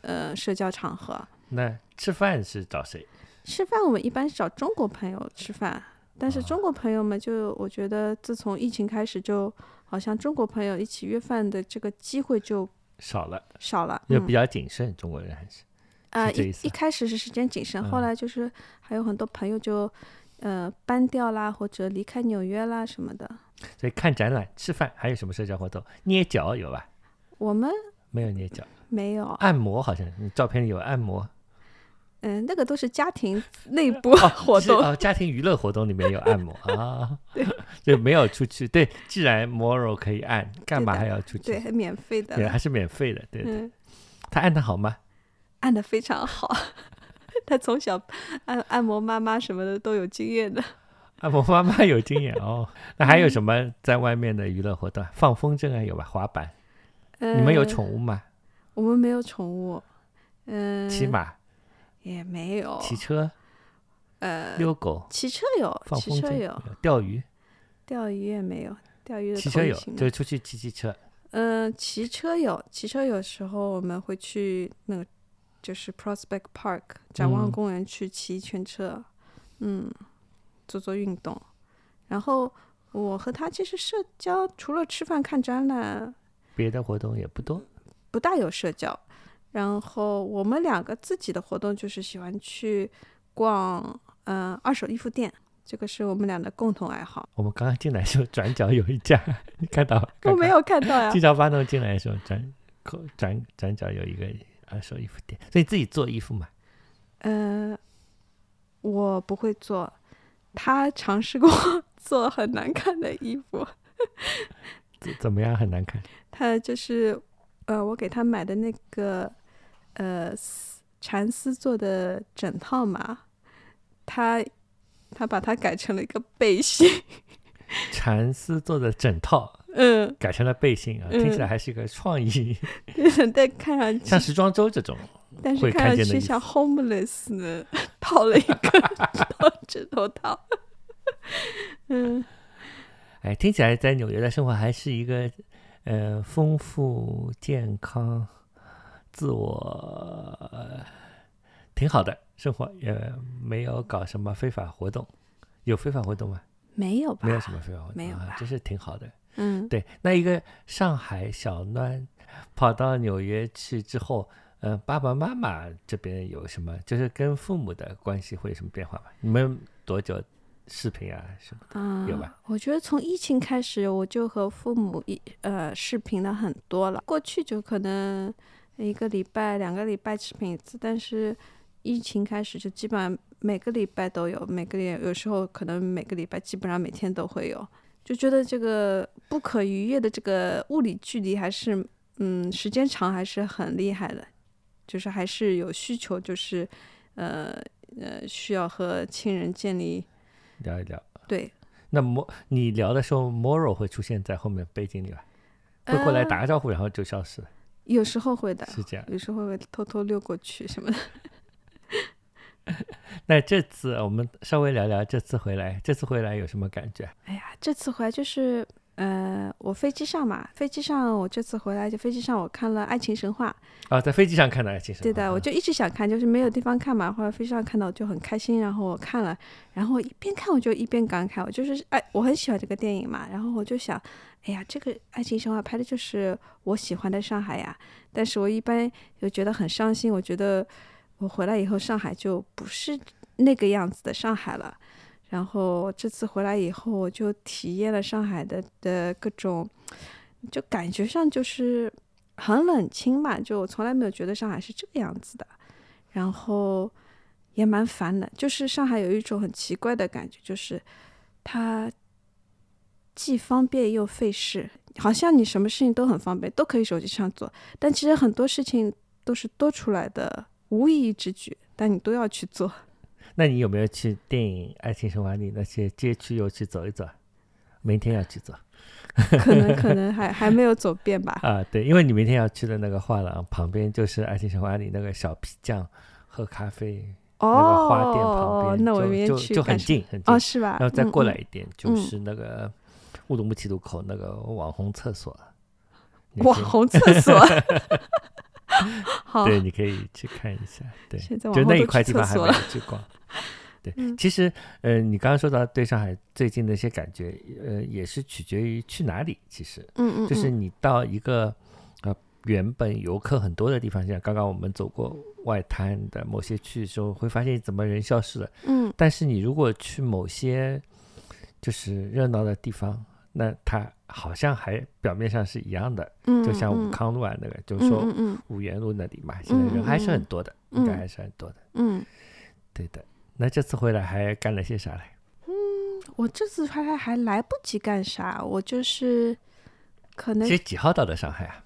Speaker 2: 呃社交场合。
Speaker 1: 那吃饭是找谁？
Speaker 2: 吃饭我们一般是找中国朋友吃饭，但
Speaker 1: 啊
Speaker 2: 是中国朋友们就我觉得自从疫情开始，就好像中国朋友一起约饭的这个机会就
Speaker 1: 少了，
Speaker 2: 少了。
Speaker 1: 就比
Speaker 2: 嗯
Speaker 1: 较谨慎，中国人还是
Speaker 2: 啊、
Speaker 1: 是这
Speaker 2: 一
Speaker 1: 意思
Speaker 2: 一开始是时间谨慎，后
Speaker 1: 嗯
Speaker 2: 来就是还有很多朋友就呃搬掉啦，或者离开纽约啦什么的。
Speaker 1: 所以看展览、吃饭，还有什么社交活动？捏脚有吧？
Speaker 2: 我们
Speaker 1: 没有捏脚，
Speaker 2: 没有，
Speaker 1: 按摩好像你照片里有按摩
Speaker 2: 嗯、那个都是家庭内部活
Speaker 1: 是
Speaker 2: 动。
Speaker 1: 哦，家庭娱乐活动里面有按 摩啊，对，就没有出去。对，既然 Moro 可以按，干
Speaker 2: 对
Speaker 1: 嘛
Speaker 2: 的
Speaker 1: 还要出去
Speaker 2: 对，？免费的
Speaker 1: 对，
Speaker 2: 了，
Speaker 1: 还是免费的，对的。
Speaker 2: 嗯，
Speaker 1: 他按的好吗？
Speaker 2: 按的非常好， 他从小按按摩妈妈什么的都有经验的。
Speaker 1: 按摩妈妈有经验 哦。那还有什么在外面的娱乐活动？放风筝啊，有吧？滑板，
Speaker 2: 呃、
Speaker 1: 你们有？宠物吗？
Speaker 2: 我们没有宠物，嗯、
Speaker 1: 骑马、
Speaker 2: 也没有，
Speaker 1: 骑车、
Speaker 2: 呃，
Speaker 1: 遛狗、
Speaker 2: 骑车有，
Speaker 1: 放
Speaker 2: 骑
Speaker 1: 风
Speaker 2: 车
Speaker 1: 筝、
Speaker 2: 有，
Speaker 1: 钓鱼、
Speaker 2: 钓鱼也没有，钓鱼的
Speaker 1: 骑车有，
Speaker 2: 同行
Speaker 1: 就是出去骑骑车。
Speaker 2: 嗯、骑车有，骑车有时候我们会去那个就是 Prospect Park 展望
Speaker 1: 嗯
Speaker 2: 公园去骑一圈车，嗯做做运动。然后我和他其实社交除了吃饭看展览，
Speaker 1: 别的活动也不多，
Speaker 2: 不大有社交。然后我们两个自己的活动就是喜欢去逛，嗯、二手衣服店，这个是我们俩的共同爱好。
Speaker 1: 我们刚刚进来的时候，转角有一家， 你看到吗？
Speaker 2: 我没
Speaker 1: 有。
Speaker 2: 有看到呀、
Speaker 1: 七早八弄进来的时候，转口转转角有一个二手衣服店，所以自己做衣服嘛。
Speaker 2: 呃，我不会做，他尝试过 做很难看的衣服，
Speaker 1: 怎怎么样很难看？
Speaker 2: 他就是呃，我给他买的那个呃丝蚕丝做的枕套嘛，他他把它改成了一个背心，
Speaker 1: 蚕丝做的枕套
Speaker 2: 嗯，
Speaker 1: 改成了背心啊，
Speaker 2: 嗯
Speaker 1: 听起来还是一个创意，
Speaker 2: 但看上
Speaker 1: 像
Speaker 2: 去，
Speaker 1: 时装周这种。
Speaker 2: 但是
Speaker 1: 会看
Speaker 2: 看上
Speaker 1: 见的
Speaker 2: 去
Speaker 1: 衣
Speaker 2: 像 homeless 呢， 套了一个 套枕头套，嗯。
Speaker 1: 哎，听起来在纽约的生活还是一个，呃，丰富、健康、自我、呃挺好的生活，也没有搞什么非法活动。有非法活动吗？
Speaker 2: 没有吧？
Speaker 1: 没有什么非法活动，
Speaker 2: 没有
Speaker 1: 啊
Speaker 2: 吧，
Speaker 1: 就是挺好的。
Speaker 2: 嗯，
Speaker 1: 对，那一个上海小暖跑到纽约去之后，呃，爸爸妈妈这边有什么，就是跟父母的关系会有什么变化吗？你们多久视频啊什么的？
Speaker 2: 啊，
Speaker 1: 有吧
Speaker 2: 我觉得从疫情开始，我就和父母一呃视频了很多了。过去就可能一个礼拜、两个礼拜视频一次，但是疫情开始就基本上每个礼拜都有，每个礼有时候可能每个礼拜基本上每天都会有，就觉得这个不可逾越的这个物理距离还是嗯时间长还是很厉害的，就是还是有需求，就是呃呃需要和亲人建立
Speaker 1: 聊一聊。
Speaker 2: 对。
Speaker 1: 那摩你聊的时候，Moro 会出现在后面背景里吧？会过来
Speaker 2: 呃
Speaker 1: 打个招呼，然后就消失了，
Speaker 2: 有时候会的，
Speaker 1: 是这样。
Speaker 2: 有时候会偷偷溜过去什么的。
Speaker 1: 那这次我们稍微聊聊这次回来，这次回来有什么感觉？
Speaker 2: 哎呀，这次回来就是，呃，我飞机上嘛，飞机上我这次回来就飞机上我看了《爱情神话》，
Speaker 1: 啊，在飞机上看到爱情神话。
Speaker 2: 对的，我
Speaker 1: 啊
Speaker 2: 就一直想看，就是没有地方看嘛，后来飞机上看到我就很开心，然后我看了，然后我一边看我就一边感慨，我就是哎，我很喜欢这个电影嘛，然后我就想，哎呀，这个《爱情神话》拍的就是我喜欢的上海呀，但是我一般又觉得很伤心，我觉得我回来以后上海就不是那个样子的上海了。然后这次回来以后，我就体验了上海的的各种，就感觉上就是很冷清嘛，就我从来没有觉得上海是这个样子的，然后也蛮烦的，就是上海有一种很奇怪的感觉，就是它既方便又费事，好像你什么事情都很方便，都可以手机上做，但其实很多事情都是多出来的无意义之举，但你都要去做。
Speaker 1: 那你有没有去电影《爱情神话》里那些街区又去走一走啊？明天要去 走
Speaker 2: 可能可能还还没有走遍吧。
Speaker 1: 啊，对，因为你明天要去的那个画廊旁边就是《爱情神话》里那个小皮匠喝咖啡 那个花店旁
Speaker 2: 哦，
Speaker 1: 边，
Speaker 2: 那我
Speaker 1: 就
Speaker 2: 明天
Speaker 1: 就
Speaker 2: 去
Speaker 1: 就很
Speaker 2: 感受。
Speaker 1: 近很近
Speaker 2: 哦，是吧？
Speaker 1: 然后再
Speaker 2: 嗯
Speaker 1: 过
Speaker 2: 嗯
Speaker 1: 来一点，就
Speaker 2: 嗯
Speaker 1: 是那个乌鲁木齐路口那个网红厕所。你
Speaker 2: 网
Speaker 1: 可以
Speaker 2: 红厕所，啊好，
Speaker 1: 对，你可以去看一下。对，
Speaker 2: 现在往
Speaker 1: 就
Speaker 2: 后
Speaker 1: 那一
Speaker 2: 啊都
Speaker 1: 块
Speaker 2: 去
Speaker 1: 地
Speaker 2: 厕
Speaker 1: 方还没
Speaker 2: 所
Speaker 1: 有
Speaker 2: 了。
Speaker 1: 去逛。 对，
Speaker 2: 嗯
Speaker 1: 其实呃，你刚刚说到对上海最近的一些感觉，呃，也是取决于去哪里。其实
Speaker 2: 嗯嗯，
Speaker 1: 就是
Speaker 2: 嗯
Speaker 1: 你到一个呃原本游客很多的地方，像刚刚我们走过外滩的某些区域之后，会发现怎么人消失了。
Speaker 2: 嗯
Speaker 1: 但是你如果去某些就是热闹的地方，那它好像还表面上是一样的，
Speaker 2: 嗯，
Speaker 1: 就像武
Speaker 2: 嗯
Speaker 1: 康路啊那个，就是
Speaker 2: 嗯
Speaker 1: 说
Speaker 2: 嗯嗯
Speaker 1: 五原路那里嘛，现在人还是很多的，
Speaker 2: 嗯嗯
Speaker 1: 应该还是很多的。
Speaker 2: 嗯，
Speaker 1: 对的，那这次回来还干了些啥嘞？
Speaker 2: 我这次回来还来不及干啥，我就是可能
Speaker 1: 其实几号到的上海啊？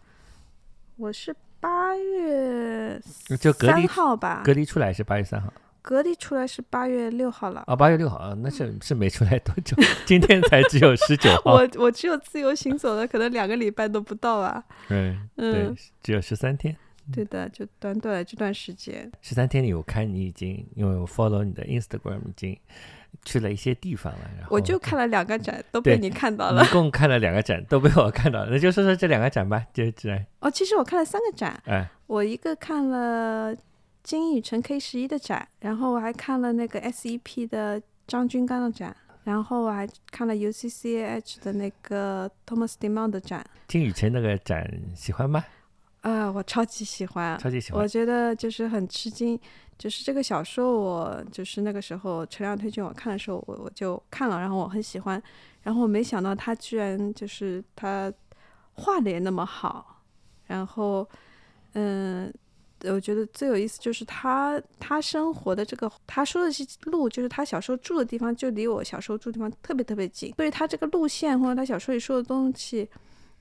Speaker 2: 我是八月
Speaker 1: 呃就隔
Speaker 2: 三
Speaker 1: 离
Speaker 2: 号吧，
Speaker 1: 隔离出来是八月三号
Speaker 2: 隔离出来是八月六号了。
Speaker 1: 啊，八月六号啊，那是是没出来多久， 今天才只有十九号，
Speaker 2: 嗯我我只有自由行走了，可能两个礼拜都不到吧。
Speaker 1: 嗯，对
Speaker 2: 嗯，，
Speaker 1: 只有十三天。
Speaker 2: 对的，就短短的这段时间。
Speaker 1: 十三天里，我看你已经因为我 follow 你的 Instagram 已经去了一些地方了，然后
Speaker 2: 我就看了两个展，都被
Speaker 1: 对嗯
Speaker 2: 你看到了。
Speaker 1: 一共看了两个展，都被我看到了。那就说说这两个展吧，就这样，
Speaker 2: 哦，其实我看了三个展，
Speaker 1: 哎，
Speaker 2: 我一个看了金宇城 K 十一的展，然后我还看了那个 SEP 的张军刚的展，然后我还看了 UCCAH 的那个 Thomas Demand 的展。
Speaker 1: 金宇辰那个展喜欢吗？
Speaker 2: 啊、我超级喜欢，
Speaker 1: 超级喜
Speaker 2: 我
Speaker 1: 欢。
Speaker 2: 觉得就是很吃惊，就是这个小说我，就是那个时候陈亮推荐我看的时候，我我就看了，然后我很喜欢，然后我没想到他居然就是他画的也那么好，然后嗯，我觉得最有意思就是他他生活的这个他说的是路，就是他小时候住的地方就离我小时候住的地方特别特别近，所以他这个路线或者他小说里说的东西，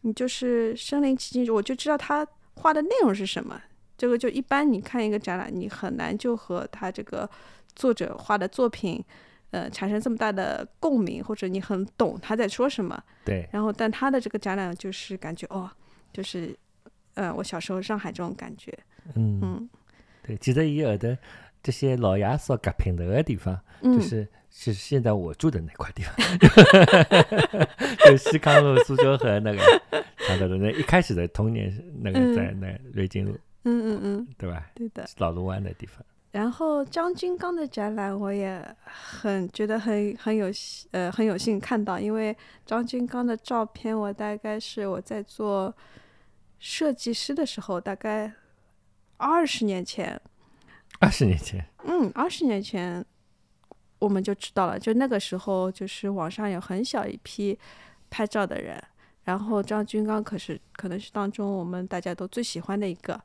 Speaker 2: 你就是身临其境，我就知道他画的内容是什么。这个就一般你看一个展览，你很难就和他这个作者画的作品，呃，产生这么大的共鸣，或者你很懂他在说什么。
Speaker 1: 对，
Speaker 2: 然后，但他的这个展览就是感觉哦，就是，呃，我小时候上海这种感觉，
Speaker 1: 嗯，
Speaker 2: 嗯
Speaker 1: 对，其实伊尔的这些老爷所夹平头的地方，
Speaker 2: 嗯，
Speaker 1: 就是是现在我住的那块地方，就西康路、苏州河那个长德路，那一开始的童年是那个
Speaker 2: 嗯
Speaker 1: 在那瑞金路，
Speaker 2: 嗯嗯嗯，
Speaker 1: 对吧？
Speaker 2: 对的。
Speaker 1: 老卢湾的地方。
Speaker 2: 然后张军刚的展览我也很觉得很很有喜呃很有幸看到，因为张军刚的照片我大概是我在做设计师的时候，大概二十年前，
Speaker 1: 二十年前，
Speaker 2: 嗯，二十年前我们就知道了，就那个时候就是网上有很小一批拍照的人，然后张军刚可是可能是当中我们大家都最喜欢的一个，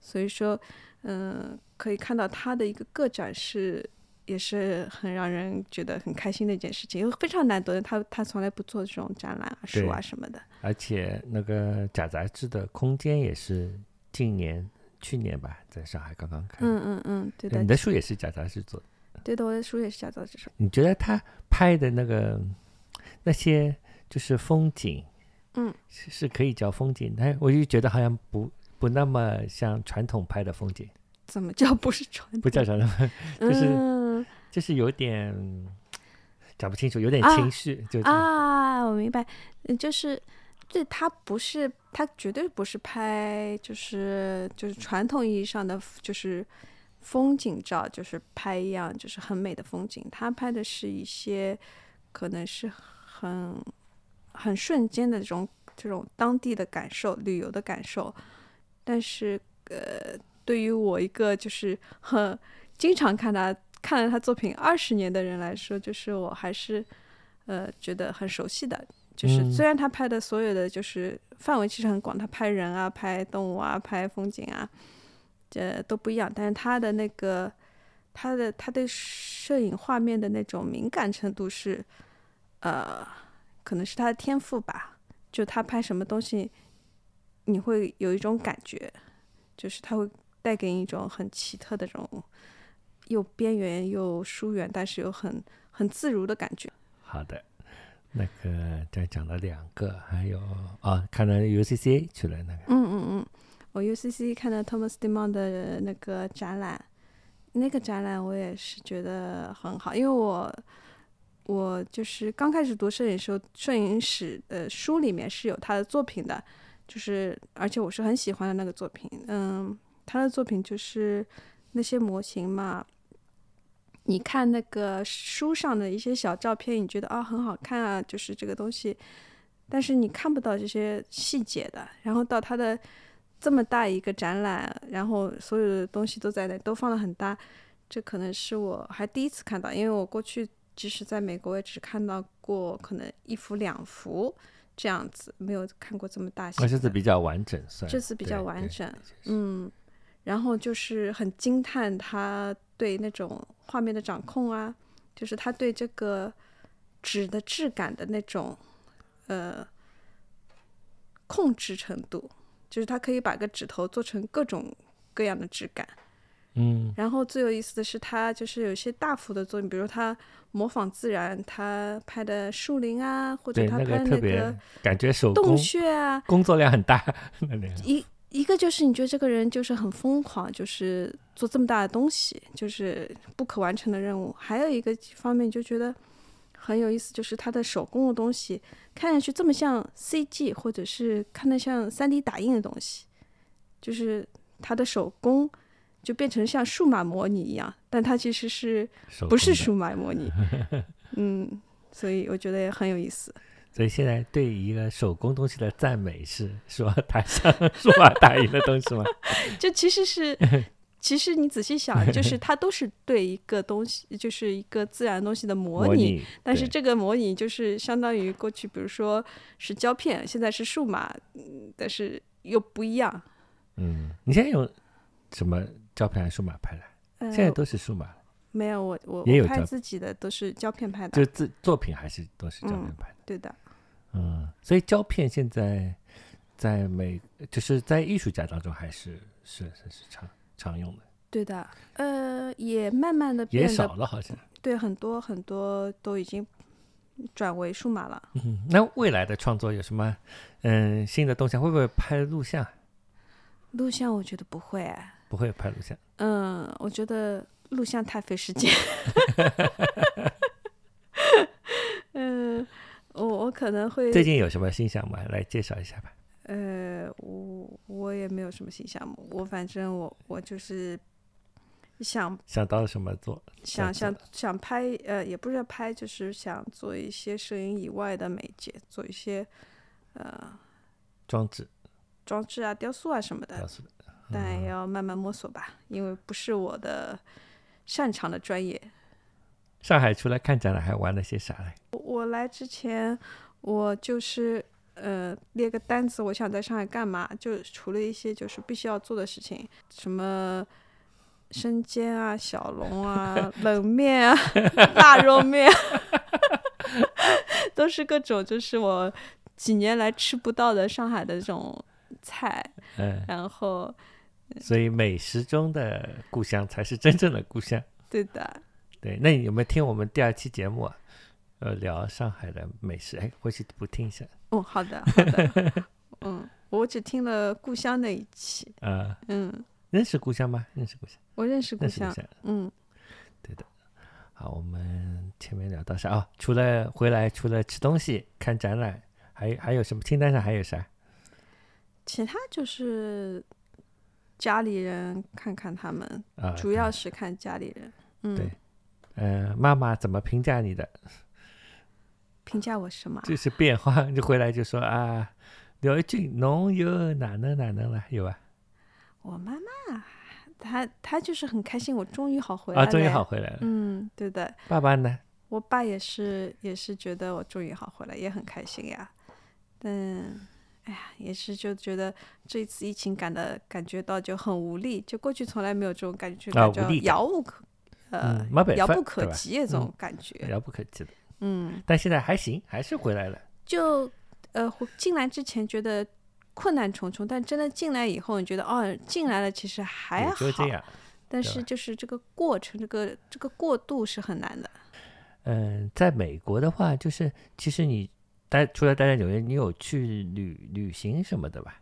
Speaker 2: 所以说，嗯，可以看到他的一个个展是。也是很让人觉得很开心的一件事情，因为非常难得，他他从来不做这种展览啊、书啊
Speaker 1: 对
Speaker 2: 什么的。
Speaker 1: 而且那个假杂志的空间也是近年、去年吧，在上海刚刚开。
Speaker 2: 嗯嗯嗯，对
Speaker 1: 你
Speaker 2: 的，
Speaker 1: 的书也是假杂志做的，
Speaker 2: 对的，我的书也是假造这种。
Speaker 1: 你觉得他拍的那个那些就是风景，
Speaker 2: 嗯，
Speaker 1: 是是可以叫风景，但我就觉得好像不不那么像传统拍的风景，
Speaker 2: 怎么叫不是传统？
Speaker 1: 不叫传统，就是
Speaker 2: 嗯
Speaker 1: 就是有点讲不清楚，有点
Speaker 2: 啊
Speaker 1: 情绪，就嗯
Speaker 2: 啊，我明白，嗯就是对他不是，他绝对不是拍，就是就是传统意义上的就是风景照，就是拍一样就是很美的风景，他拍的是一些可能是很很瞬间的这种这种当地的感受、旅游的感受，但是呃，对于我一个就是很经常看他看了他作品二十年的人来说，就是我还是呃觉得很熟悉的。就是
Speaker 1: 嗯
Speaker 2: 虽然他拍的所有的就是范围其实很广，他拍人啊、拍动物啊、拍风景啊，这都不一样，但是他的那个他的他对摄影画面的那种敏感程度是，呃，可能是他的天赋吧。就他拍什么东西，你会有一种感觉，就是他会带给你一种很奇特的这种，又边缘又疏远，但是又很很自如的感觉。
Speaker 1: 好的，那个再讲了两个，还有啊，看到 UCC 去了那个，
Speaker 2: 嗯嗯嗯，我 UCC 看到 Thomas Demand 的那个展览，那个展览我也是觉得很好，因为我呃我就是刚开始读摄影时候，摄影史的书里面是有他的作品的，就是而且我是很喜欢的那个作品，嗯，他的作品就是那些模型嘛。你看那个书上的一些小照片，你觉得啊、很好看啊，就是这个东西，但是你看不到这些细节的。然后到它的这么大一个展览，然后所有的东西都在那都放的很大，这可能是我还第一次看到，因为我过去即使在美国，我也只看到过可能一幅两幅这样子，没有看过这么大型
Speaker 1: 那这次
Speaker 2: 的。
Speaker 1: 比较完整算，
Speaker 2: 这次比较
Speaker 1: 对
Speaker 2: 完
Speaker 1: 对
Speaker 2: 整，嗯，然后就是很惊叹他对那种画面的掌控啊，就是他对这个纸的质感的那种呃控制程度，就是他可以把个指头做成各种各样的质感。
Speaker 1: 嗯
Speaker 2: 然后最有意思的是，他就是有一些大幅的作品，比如他模仿自然，他拍的树林啊，或者
Speaker 1: 对
Speaker 2: 他
Speaker 1: 那
Speaker 2: 拍
Speaker 1: 个
Speaker 2: 的
Speaker 1: 特
Speaker 2: 那
Speaker 1: 别
Speaker 2: 个
Speaker 1: 感觉手工
Speaker 2: 洞穴啊，
Speaker 1: 工作量很大， 那里
Speaker 2: 一一个就是你觉得这个人就是很疯狂，就是做这么大的东西，就是不可完成的任务；还有一个方面就觉得很有意思，就是他的手工的东西看上去这么像 CG，或者是看得像 3D 打印的东西，就是他的手工就变成像数码模拟一样，但它其实是
Speaker 1: 手
Speaker 2: 不
Speaker 1: 工
Speaker 2: 是
Speaker 1: 的
Speaker 2: 数码模拟？嗯，所以我觉得也很有意思。
Speaker 1: 所以现在对一个手工东西的赞美是说它像数码打印的东西吗？
Speaker 2: 就其 实是，其实你仔细想，就是它都是对一个东西，就是一个自然东西的 模
Speaker 1: 模
Speaker 2: 拟。
Speaker 1: 拟，
Speaker 2: 但是
Speaker 1: 对
Speaker 2: 这个模拟就是相当于过去，比如说是胶片，现在是数码，嗯，但是又不一样。
Speaker 1: 嗯，你现在用什么胶片还是数码拍的？
Speaker 2: 呃、
Speaker 1: 现在都是数码，
Speaker 2: 没有我我
Speaker 1: 也有
Speaker 2: 我拍
Speaker 1: 胶
Speaker 2: 自己的都是胶片拍
Speaker 1: 就
Speaker 2: 的，
Speaker 1: 自作品还是都是胶片拍的。
Speaker 2: 对的。
Speaker 1: 嗯，所以胶片现在在美，就是在艺术家当中还是是是是常常用的，
Speaker 2: 对的，呃，也慢慢的
Speaker 1: 也
Speaker 2: 变
Speaker 1: 少
Speaker 2: 得
Speaker 1: 了好像。
Speaker 2: 对很多很多都已经转为数码了。
Speaker 1: 嗯，那未来的创作有什么嗯新的动向？会不会拍录像？
Speaker 2: 录像我觉得不会、啊
Speaker 1: 不会拍录像。
Speaker 2: 嗯，我觉得录像太费时间。嗯，我我可能会
Speaker 1: 最近有什么新项目来介绍一下吧？
Speaker 2: 呃，我我也没有什么新项目，我反正我我就是想
Speaker 1: 想到什么做？
Speaker 2: 想
Speaker 1: 做
Speaker 2: 想想拍呃，也不是拍，就是想做一些摄影以外的媒介，做一些呃
Speaker 1: 装置
Speaker 2: 装置啊、雕塑啊什么的
Speaker 1: 告，诉的。
Speaker 2: 但也要慢慢摸索吧，因为不是我的擅长的专业。
Speaker 1: 上海除了看展览，还玩了些啥嘞？
Speaker 2: 我来之前，我就是呃列个单子，我想在上海干嘛，就除了一些就是必须要做的事情，什么生煎啊、小 笼啊、冷面啊、 腊肉面啊， 都是各种就是我几年来吃不到的上海的这种菜，
Speaker 1: 嗯，
Speaker 2: 然后
Speaker 1: 所以美食中的故乡才是真正的故乡。
Speaker 2: 对的，
Speaker 1: 对，那你有没有听我们第二期节目啊？呃，聊上海的美食，哎，回去补听一下。
Speaker 2: 哦，好的，好的，嗯，我只听了故乡那一期，
Speaker 1: 呃，
Speaker 2: 嗯，
Speaker 1: 认识故乡吗？认识故乡，
Speaker 2: 我认识故
Speaker 1: 认识故
Speaker 2: 乡，
Speaker 1: 乡。
Speaker 2: 嗯。
Speaker 1: 好，我们前面聊到啥？哦，除了回来，除了吃东西、看展览，还还有什么？清单上还有啥？
Speaker 2: 其他就是家里人看看他们，
Speaker 1: 啊、
Speaker 2: 主要是看家里人。嗯，
Speaker 1: 对呃，妈妈怎么评价你的？
Speaker 2: 评价我什么啊？
Speaker 1: 就是变化，就回来就说啊，廖一俊侬又哪能哪能了，有吧？
Speaker 2: 我妈妈，她她就是很开心，我终于好回来
Speaker 1: 啊，
Speaker 2: 了。
Speaker 1: 终于好。回来了。
Speaker 2: 嗯，对的，
Speaker 1: 爸爸呢？
Speaker 2: 我爸也是，也是觉得我终于好回来，也很开心呀。但，哎呀，也是就觉得这一次疫情感的感觉到就很无力，就过去从来没有这种感觉，
Speaker 1: 啊
Speaker 2: 感觉
Speaker 1: 无力感
Speaker 2: 遥无可，呃
Speaker 1: 嗯，，没办
Speaker 2: 遥
Speaker 1: 法，
Speaker 2: 不可
Speaker 1: 对吧？
Speaker 2: 及的这种
Speaker 1: 嗯
Speaker 2: 感觉。
Speaker 1: 遥不可及的。
Speaker 2: 嗯
Speaker 1: 但现在还行，还是回来了。
Speaker 2: 就呃回进来之前觉得困难重重，但真的进来以后，你觉得哦进来了其实还
Speaker 1: 也
Speaker 2: 哎好，
Speaker 1: 就这样。对
Speaker 2: 但是
Speaker 1: 吧
Speaker 2: 就是这个过程，这个这个过渡是很难的。
Speaker 1: 嗯，在美国的话，就是其实你待除了待在纽约，你有去旅旅行什么的吧？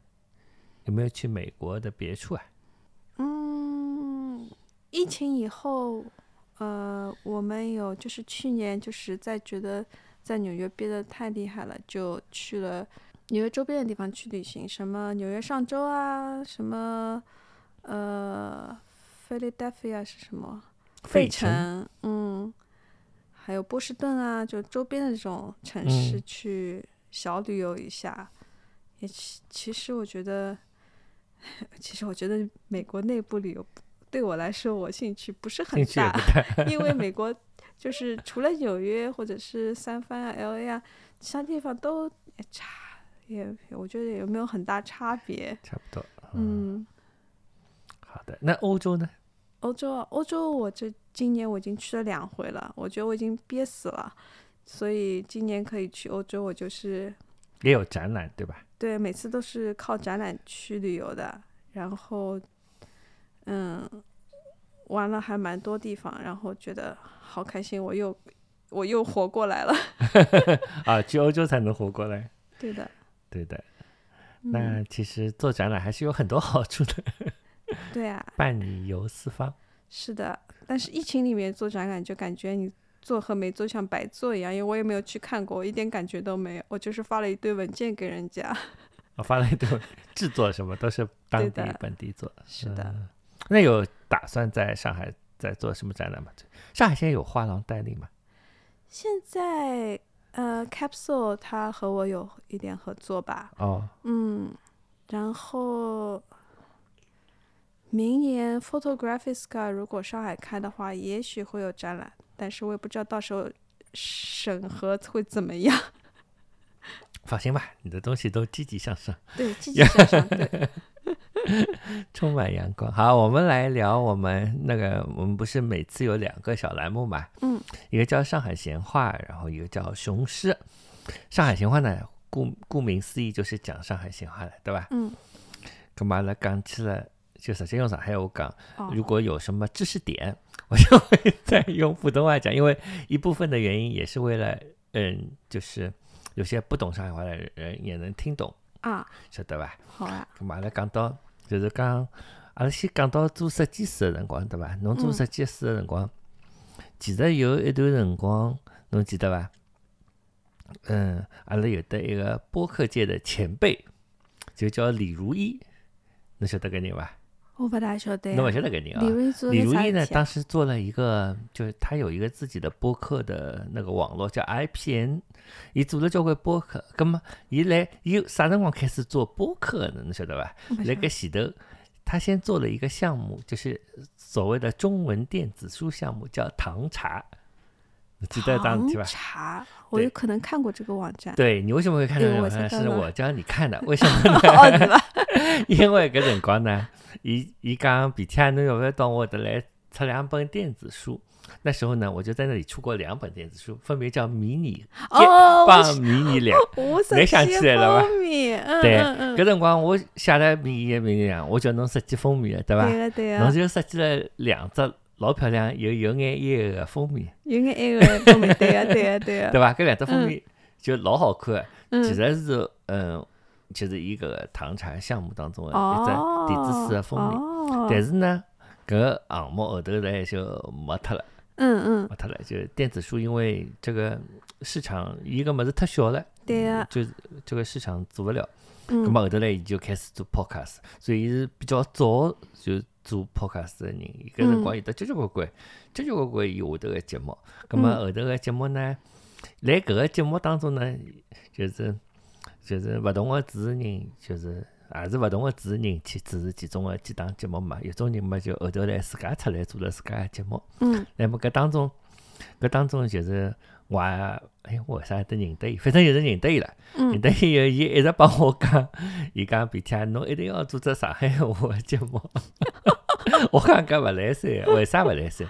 Speaker 1: 有没有去美国的别处啊？
Speaker 2: 嗯，疫情以后，呃，我们有就是去年就是在觉得在纽约憋得太厉害了，就去了纽约周边的地方去旅行，什么纽约上州啊，什么呃，Philadelphia 是什么？费
Speaker 1: 城，
Speaker 2: 城，嗯，还有波士顿啊，就周边的这种城
Speaker 1: 嗯
Speaker 2: 市去小旅游一下。也其其实我觉得， 其实我觉得美国内部旅游对我来说，我兴趣不是很
Speaker 1: 兴趣也
Speaker 2: 大
Speaker 1: 不，
Speaker 2: 因 为美国就是除了纽约或者是三藩啊、L A 啊，其他地方都也差，也我觉得也没有很大差别。
Speaker 1: 差不多。
Speaker 2: 嗯，
Speaker 1: 好的，那欧洲呢？
Speaker 2: 欧洲啊，欧洲我这今年我已经去了两回了，我觉得我已经憋死了，所以今年可以去欧洲，我就是
Speaker 1: 也有展览对吧？
Speaker 2: 对每次都是靠展览去旅游的，然后嗯，玩了还蛮多地方，然后觉得好开心，我又我又活过来了，
Speaker 1: 啊，去欧洲才能活过来。
Speaker 2: 对的，
Speaker 1: 对的，
Speaker 2: 嗯、
Speaker 1: 那其实做展览还是有很多好处的，
Speaker 2: 对啊，
Speaker 1: 伴你游四方。
Speaker 2: 是的，但是疫情里面做展览就感觉你做和没做像白做一样，因为我也没有去看过，我一点感觉都没有，我就是发了一堆文件给人家。
Speaker 1: 我啊发了一堆制作什么都是当
Speaker 2: 对
Speaker 1: 地
Speaker 2: 的
Speaker 1: 本地做。
Speaker 2: 是的，
Speaker 1: 嗯那有打算在上海再做什么展览吗？上海现在有画廊代理吗？
Speaker 2: 现在呃，Capsule 他和我有一点合作吧，
Speaker 1: 哦，
Speaker 2: 嗯，然后明年 Photographiska 如果上海开的话，也许会有展览，但是我也不知道到时候审核会怎么样。
Speaker 1: 放心吧，你的东西都积极向上，
Speaker 2: 对，积极向上，对。
Speaker 1: 充满阳光。好，我们来聊我们那个，我们不是每次有两个小栏目嘛？
Speaker 2: 嗯，
Speaker 1: 一个叫上海闲话，然后一个叫雄狮。上海闲话呢，顾顾名思义就是讲上海闲话的，对吧？
Speaker 2: 嗯，
Speaker 1: 咁嘛，阿拉讲起了，就首先用上海话讲。
Speaker 2: 哦
Speaker 1: 如，果有什么知识点，我就会再用普通话讲，因为一部分的原因也是为了，嗯，就是有些不懂上海话的人也能听懂，
Speaker 2: 啊，
Speaker 1: 晓得吧？
Speaker 2: 好啊，
Speaker 1: 咁嘛阿拉讲到，就是讲，阿拉先讲到做设计师的辰光，对伐？侬做
Speaker 2: 嗯
Speaker 1: 设计师的辰光，其实有一段辰光，侬记得伐？嗯，阿拉有的一个播客界的前辈，就叫李如一，侬晓得搿人伐？
Speaker 2: 我不大晓得呀。
Speaker 1: 侬勿晓得搿人啊？
Speaker 2: 李如一做
Speaker 1: 李
Speaker 2: 的
Speaker 1: 如
Speaker 2: 啥
Speaker 1: 一呢，
Speaker 2: 事体啊？
Speaker 1: 当时做了一个，就是他有一个自己的播客的那个网络叫 IPN，伊做了交关播客。咁么，伊来伊啥辰光开始做播客呢？侬晓得伐？
Speaker 2: 我不
Speaker 1: 辣
Speaker 2: 晓得
Speaker 1: 搿前头，他先做了一个项目，就是所谓的中文电子书项目，叫糖茶。你记得当时
Speaker 2: 糖
Speaker 1: 吧？
Speaker 2: 茶，我
Speaker 1: 对
Speaker 2: 有可能看过这个网 站。
Speaker 1: 对你为什么会看到
Speaker 2: 对
Speaker 1: 这
Speaker 2: 哎我
Speaker 1: 个？
Speaker 2: 才
Speaker 1: 是
Speaker 2: 刚刚
Speaker 1: 我教你看的，为什么呢？
Speaker 2: 哦，对吧？
Speaker 1: 因为搿辰光呢，伊伊讲别天侬要不要到我的来出两本电子书？那时候呢，我就在那里出过两本电子书，分别叫《迷你
Speaker 2: 哦，我
Speaker 1: 棒
Speaker 2: 是
Speaker 1: 迷你两》。
Speaker 2: 我
Speaker 1: 没
Speaker 2: 设
Speaker 1: 想
Speaker 2: 计
Speaker 1: 起来了吧
Speaker 2: 封面，嗯
Speaker 1: 对
Speaker 2: 嗯嗯，
Speaker 1: 搿辰光我写了《迷你一迷你啊两》，我叫侬设计封面的，对伐
Speaker 2: 对？个对啊
Speaker 1: 侬
Speaker 2: 个，
Speaker 1: 就设计了两只老漂亮又有眼艳的封面，
Speaker 2: 有眼那个封面，对个对个对
Speaker 1: 对啊
Speaker 2: 个，
Speaker 1: 伐？搿两只封面就老好看的，其
Speaker 2: 呃嗯，
Speaker 1: 实是嗯，就是一个糖茶项目当中的一只
Speaker 2: 哦，
Speaker 1: 电子书的封面。
Speaker 2: 面
Speaker 1: 但是呢，搿项目后头来就没脱了，
Speaker 2: 嗯嗯，
Speaker 1: 没脱了。就电子书，因为这个市场伊个物事太小了，
Speaker 2: 对啊个，
Speaker 1: 就这个市场做不了。咁
Speaker 2: 嗯
Speaker 1: 么后头来伊就开始做 podcast，所以伊是比较早就做 podcast 的人。伊搿辰光有得交交关关，交交关关伊下头个节目。咁么
Speaker 2: 嗯
Speaker 1: 后头个节目呢，辣搿个节目当中呢，就是就是勿同个主持人，就是也是勿同个主持人去主持其中个几档节目嘛。有种人嘛就后头来自家出来做了自家个节目。
Speaker 2: 嗯，
Speaker 1: 那么搿当中，搿当中就是我也，哎，我为啥会得认得伊？反正就是认得伊了。
Speaker 2: 嗯
Speaker 1: 认得伊以后，伊一直帮我讲，伊讲别天侬一定要做只上海话的节目。 我讲搿勿来三，为啥勿来三？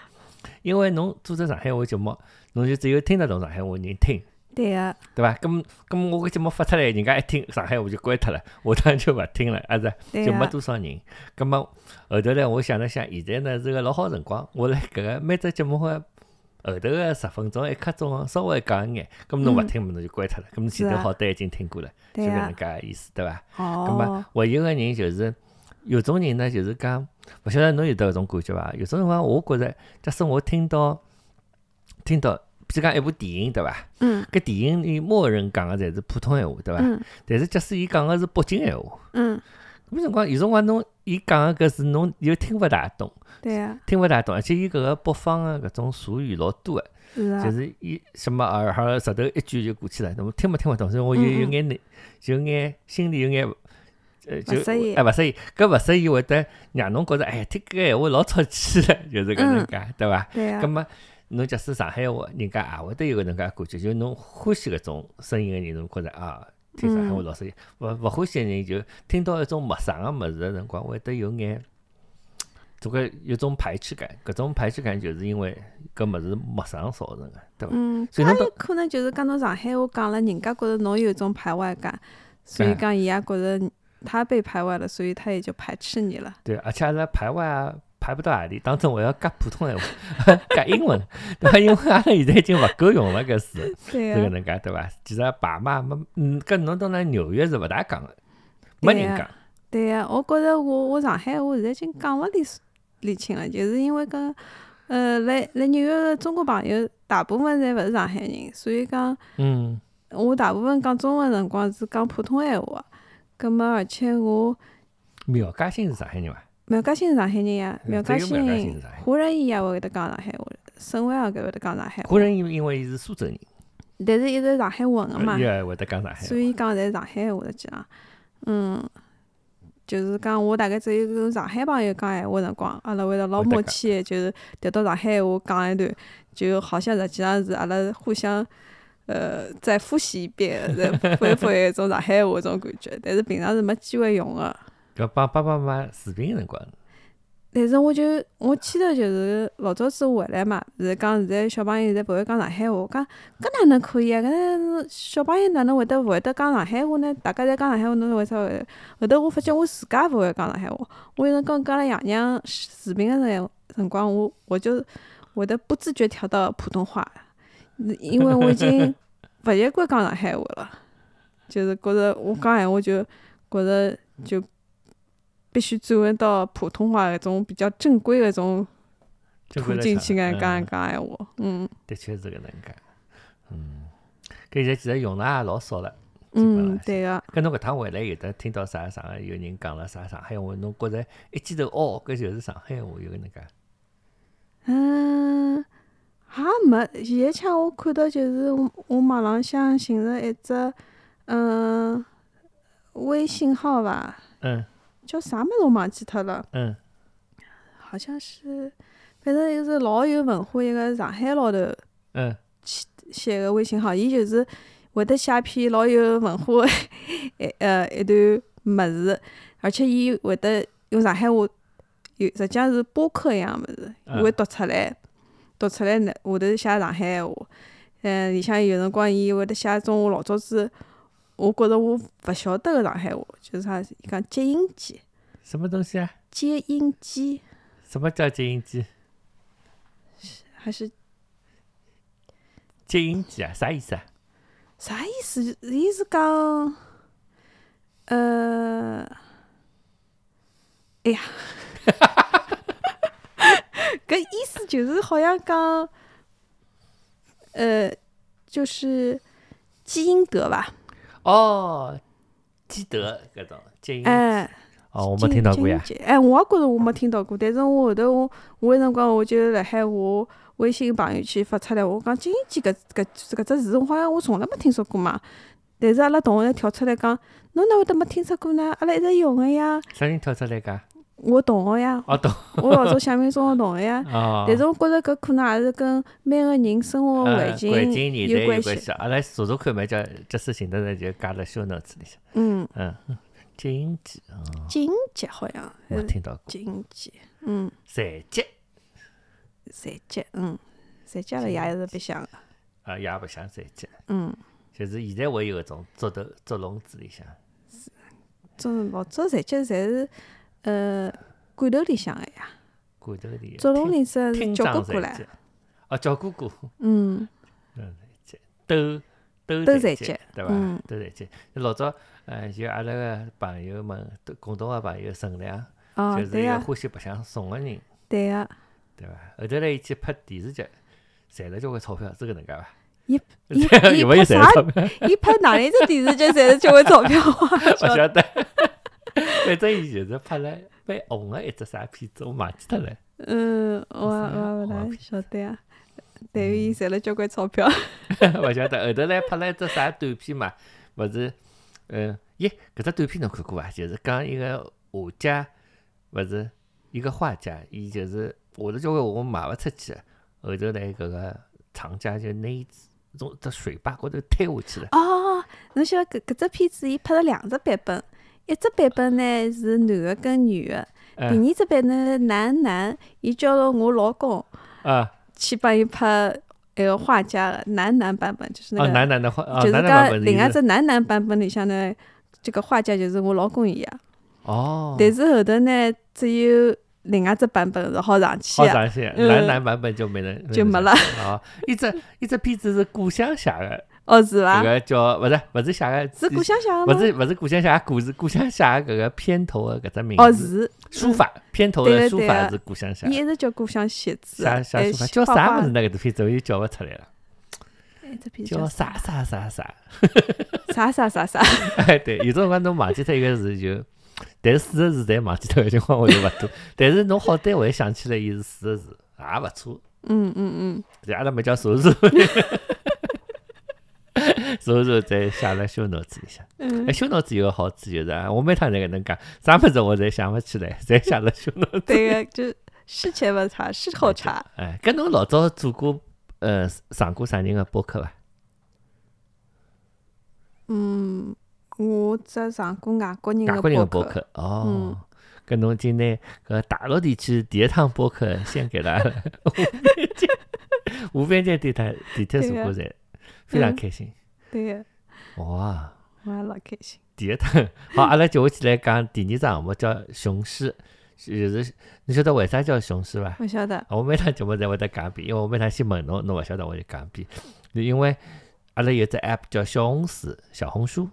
Speaker 1: 因为侬做只上海话节目，侬就只有听得懂上海话的人听，
Speaker 2: 对啊
Speaker 1: 对
Speaker 2: 个，
Speaker 1: 伐？咁咁我搿节目发出来，人家一听上海话就关脱了，下趟就勿听了，啊是。
Speaker 2: 对
Speaker 1: 就没
Speaker 2: 个，
Speaker 1: 多少人。咁么后头呢，我想了想，现在呢是个老好辰光，我来搿个每只节目个后头个十分钟、一刻钟啊稍微讲一眼，咁侬勿
Speaker 2: 嗯
Speaker 1: 听么侬就关脱了，咁侬
Speaker 2: 是
Speaker 1: 前头
Speaker 2: 啊
Speaker 1: 好歹已经听过了，就
Speaker 2: 对
Speaker 1: 搿
Speaker 2: 个
Speaker 1: 能，介意思，对伐？咁
Speaker 2: 哦
Speaker 1: 么，还有个人就是。有种人呢，就是讲，勿晓得侬有得搿种感觉伐？有种辰光，我觉着，假使我听到听到比如讲一部电影，对伐？
Speaker 2: 嗯
Speaker 1: 搿电影里默认讲个侪是普通闲话，对伐？
Speaker 2: 嗯
Speaker 1: 但是假使伊讲个是北京闲话，
Speaker 2: 嗯，
Speaker 1: 搿辰光有辰光侬伊讲个搿是侬又听勿大懂，
Speaker 2: 对啊呀，
Speaker 1: 听勿大懂，而且伊搿个北方个啊搿种俗语老多个，
Speaker 2: 是啊
Speaker 1: 就，是伊什么啊，然后舌头一句就过去了，那么听勿听勿懂，所以我有有
Speaker 2: 嗯嗯
Speaker 1: 眼内，有眼心里有眼。呃，就
Speaker 2: 勿适意
Speaker 1: 哎，勿适意，搿勿适意会得让侬觉着，哎，听搿闲话老吵气了，就是搿能
Speaker 2: 嗯
Speaker 1: 介，对伐？
Speaker 2: 对呀
Speaker 1: 咁，么，侬假使上海话，人家也会得有搿能介感觉，就是侬欢喜搿种声音个人，侬觉着啊，听上海话老适意；勿勿欢喜个人，就听到一种陌生个物事个辰光，会得有眼，总归有种排斥感。搿种排斥感就是因为搿物事陌生造成个，对伐？
Speaker 2: 嗯，
Speaker 1: 所以侬到
Speaker 2: 有可能就是讲侬上海话讲了，人家觉得侬有一种排外感，所以
Speaker 1: 哎
Speaker 2: 讲伊也觉得他被排外了，所以他也就排斥你了。
Speaker 1: 对，而且阿拉排外啊，排不到何里，当中还要夹普通闲话， 夹英文，对伐？因为阿拉现在已经勿够用了搿词。
Speaker 2: 对啊
Speaker 1: 这个
Speaker 2: 呀，
Speaker 1: 能介对伐？其实排嘛没，嗯，跟侬到那纽约是勿大讲个，没
Speaker 2: 对啊
Speaker 1: 人
Speaker 2: 呀
Speaker 1: 讲。
Speaker 2: 对呀，我觉着我我上海话现在已
Speaker 1: 嗯
Speaker 2: 经讲勿理理清了，就是因为讲，呃，来来纽约的中国朋友大部分侪勿是上海人，所以讲。
Speaker 1: 嗯，
Speaker 2: 我大部分讲中文辰光是讲普通闲话，葛么而且我
Speaker 1: 苗家兴是上海人伐？
Speaker 2: 苗家兴是上海人呀，
Speaker 1: 嗯
Speaker 2: 苗家
Speaker 1: 只有苗家兴是上海人
Speaker 2: 华人伊也会得讲上海话，沈巍也会得讲上海话，
Speaker 1: 个人因为因为伊是苏州人，
Speaker 2: 但是一直上海混个嘛
Speaker 1: 呃，伊也会得讲上海话
Speaker 2: 所。以讲侪是上海闲话的讲，嗯，就是讲我大概只有跟上海朋友讲闲话辰光，阿拉会得老
Speaker 1: 会得
Speaker 2: 默契的，就是调到上海闲话讲一段，就好像实际上是阿拉互相。呃，再复习一遍，再恢复一种上海闲话这种感觉，但是平常是没机会用的、
Speaker 1: 搿帮爸爸妈妈视频个辰光，
Speaker 2: 但是我就我记得就是老早子回来嘛，是讲现在小朋友现在不会讲上海话，我讲搿哪能可以啊？搿哪小朋友哪能会得勿会得讲上海话呢？大家侪讲上海话，侬为啥会？后头我发觉我自家勿会讲上海话，我有辰光跟阿拉爷娘视频个辰辰光，我我就会得不自觉跳到普通话，嗯因为我已经勿习惯讲上海话了，就是觉着我讲闲话就觉着就必须转换到普通话搿种比较正规搿种
Speaker 1: 就
Speaker 2: 途
Speaker 1: 会得
Speaker 2: 径去
Speaker 1: 讲
Speaker 2: 讲讲
Speaker 1: 嗯
Speaker 2: 讲闲话，嗯
Speaker 1: 的确是搿能介。嗯，搿现在其实用了也老少了。基本上
Speaker 2: 嗯，
Speaker 1: 是
Speaker 2: 对个、
Speaker 1: 搿侬搿趟回来有得听到啥啥个有人讲了啥上海话，侬觉着一记头哦，搿就是上海话，有搿能介。
Speaker 2: 嗯，也没。现在抢我看到就是我我网浪向寻着一只，嗯，微信号吧，
Speaker 1: 嗯
Speaker 2: 叫啥物事我忘记脱了，
Speaker 1: 嗯
Speaker 2: 好像是，反正就是老有文化一个上海老头
Speaker 1: 嗯，
Speaker 2: 写个微信号，伊就是会得写篇老有文化 的一呃一段物事，而且伊会得用上海话，有实际上是播客一样物事，
Speaker 1: 嗯
Speaker 2: 伊会读出来，读出来呢下头写上海话。嗯，里向有辰光伊会得写种我老早子，我觉着我勿晓得个上海话，就是啥，伊讲接音机，
Speaker 1: 什么东西啊？
Speaker 2: 接音机
Speaker 1: 什么叫接音机？
Speaker 2: 还是
Speaker 1: 接音机啊？啥意思啊？
Speaker 2: 啥意思？伊是讲，呃，哎呀，搿意思就是好像讲，呃，就是基因德吧？
Speaker 1: 哦，基德搿种接音。
Speaker 2: 哎，
Speaker 1: 哦，我
Speaker 2: 金
Speaker 1: 没听到过呀。。
Speaker 2: 金姐哎，我也觉着我没听到过，但是我后头我我有辰光我就辣海我微信朋友圈发出来，我讲金姐搿搿搿只字，我好像我从来没听说过嘛。但是阿拉同学侪跳出来讲，侬哪会得没听说过呢？阿拉一直用个呀，
Speaker 1: 啥人跳出来噶？
Speaker 2: 我同学呀，
Speaker 1: 哦，懂
Speaker 2: 我老早小明中学同 学呀。
Speaker 1: 哦。
Speaker 2: 但是我觉着搿可能也是跟每个人生活
Speaker 1: 呃
Speaker 2: 环境
Speaker 1: 环境年代
Speaker 2: 有
Speaker 1: 有啊
Speaker 2: 系。
Speaker 1: 系。阿拉查查看，蛮叫这次寻得着就加了 show notes 里向。
Speaker 2: 嗯，
Speaker 1: 嗯，接音机哦
Speaker 2: 金姐好像，
Speaker 1: 没听到过。
Speaker 2: 金姐，嗯，
Speaker 1: 残疾
Speaker 2: 三姐，嗯，三姐阿拉爷一直白相个，
Speaker 1: 啊，也不像残疾，
Speaker 2: 嗯。
Speaker 1: 就是现在会有搿种竹头竹笼子里向。
Speaker 2: 种老早侪脚侪是呃罐头里向个呀，
Speaker 1: 骨头里，
Speaker 2: 竹笼里向是
Speaker 1: 厅
Speaker 2: 叫
Speaker 1: 长
Speaker 2: 过过
Speaker 1: 残疾
Speaker 2: 来，，
Speaker 1: 哦，叫姑姑，
Speaker 2: 嗯，
Speaker 1: 兜兜
Speaker 2: 兜
Speaker 1: 残
Speaker 2: 残
Speaker 1: 疾
Speaker 2: 疾，
Speaker 1: 对伐
Speaker 2: 嗯？
Speaker 1: 兜残疾，老早呃，就阿拉个朋友们，都共同个朋友陈亮，
Speaker 2: 哦
Speaker 1: 就，是
Speaker 2: 对
Speaker 1: 一个
Speaker 2: 呀，
Speaker 1: 欢喜白相怂个人，
Speaker 2: 对呀，啊
Speaker 1: 对伐？后头来伊去拍电视剧，赚了交关钞票，这个能介伐？
Speaker 2: 伊
Speaker 1: 有
Speaker 2: 伊
Speaker 1: 没
Speaker 2: 拍
Speaker 1: 有赚
Speaker 2: 啥
Speaker 1: 了？钞 票？
Speaker 2: 伊拍哪里只电视剧赚了交关钞 票啊？
Speaker 1: 勿晓得。反正伊就是拍了蛮红个一只啥片子，我忘记脱了。
Speaker 2: 嗯，我我也勿大晓得啊。但
Speaker 1: 嗯
Speaker 2: 是伊赚了交关钞票，
Speaker 1: 勿晓得后头来拍了一只啥短片嘛，勿是，嗯，耶，搿只短片侬看过伐？啊就是讲一个画家，勿是一个画家，伊就是画了交关画卖勿出去，后头来搿个厂家就拿伊从只水坝高头推下去了。
Speaker 2: 哦，侬晓得搿搿只片子伊拍了两只版本，一只版本呢是男的跟女的，第
Speaker 1: 嗯
Speaker 2: 二只版呢男男，伊叫了我老公
Speaker 1: 啊，
Speaker 2: 去帮伊拍那个画家的男男版本，就是那
Speaker 1: 哦，
Speaker 2: 个，
Speaker 1: 男男的画，哦，
Speaker 2: 就是
Speaker 1: 男男
Speaker 2: 讲
Speaker 1: 版
Speaker 2: 另外
Speaker 1: 本
Speaker 2: 只男男版本里向呢，这个画家就是我老公一样，
Speaker 1: 哦，
Speaker 2: 但是后头呢只有另外只版本是好上去
Speaker 1: 好
Speaker 2: 的，
Speaker 1: 长线，
Speaker 2: 嗯
Speaker 1: 男男版本就没人
Speaker 2: 就没了。
Speaker 1: 啊，一只一只片子是故乡写的，
Speaker 2: 哦是
Speaker 1: 搿
Speaker 2: 伐？
Speaker 1: 个叫勿是勿是写的，
Speaker 2: 是故乡写的
Speaker 1: 勿
Speaker 2: 吗？
Speaker 1: 是勿是故乡写的故事，故乡写的搿个片头的搿只名
Speaker 2: 哦
Speaker 1: 字，
Speaker 2: 是，
Speaker 1: 书法片头
Speaker 2: 对
Speaker 1: 的
Speaker 2: 的
Speaker 1: 书
Speaker 2: 对
Speaker 1: 法
Speaker 2: 的
Speaker 1: 是故乡写
Speaker 2: 伊
Speaker 1: 的，
Speaker 2: 一直叫故乡写字，
Speaker 1: 啥啥
Speaker 2: 哎
Speaker 1: 书法
Speaker 2: 写
Speaker 1: 叫
Speaker 2: 画
Speaker 1: 啥
Speaker 2: 画
Speaker 1: 物事？那搿只片子我又叫勿出来了，
Speaker 2: 哎这篇
Speaker 1: 叫
Speaker 2: 叫
Speaker 1: 啥啥啥啥，
Speaker 2: 啥啥啥啥？
Speaker 1: 哎 对，有种辰光侬忘记脱一个字就，但是四个字侪忘记脱的情况我就勿多， 但是侬好歹会想起来伊是四个字，也勿错。
Speaker 2: 嗯嗯
Speaker 1: 这阿拉没叫手 术，手术再写了修脑子一下。
Speaker 2: 嗯
Speaker 1: 哎，
Speaker 2: 嗯，
Speaker 1: 修脑子有个好处就是啊，我每趟侪搿能讲，啥物事我侪想勿起来， 侪写了修脑 子。
Speaker 2: 嗯对个，就是是前勿查，是后查。
Speaker 1: 哎，搿侬老早做过呃上过啥人个播客伐？
Speaker 2: 嗯，我只上过外国人
Speaker 1: 外国人个
Speaker 2: 的
Speaker 1: 播
Speaker 2: 播，
Speaker 1: 客
Speaker 2: 嗯
Speaker 1: 哦。搿侬今拿搿大陆地区第一趟播客献给了阿拉无边界，无边界地带地铁坐过站，非常
Speaker 2: 嗯
Speaker 1: 开心。
Speaker 2: 对个，
Speaker 1: 哇！
Speaker 2: 我也老开心。
Speaker 1: 第一趟，好，阿拉接下去来讲第二只项目叫雄狮，就是侬晓得为啥叫雄狮伐？
Speaker 2: 勿晓得，
Speaker 1: 啊我每趟节目侪会得讲一遍，因为我每趟先问侬，侬勿晓得我就讲一遍。就因为阿拉有只 app 叫小红书，小红书，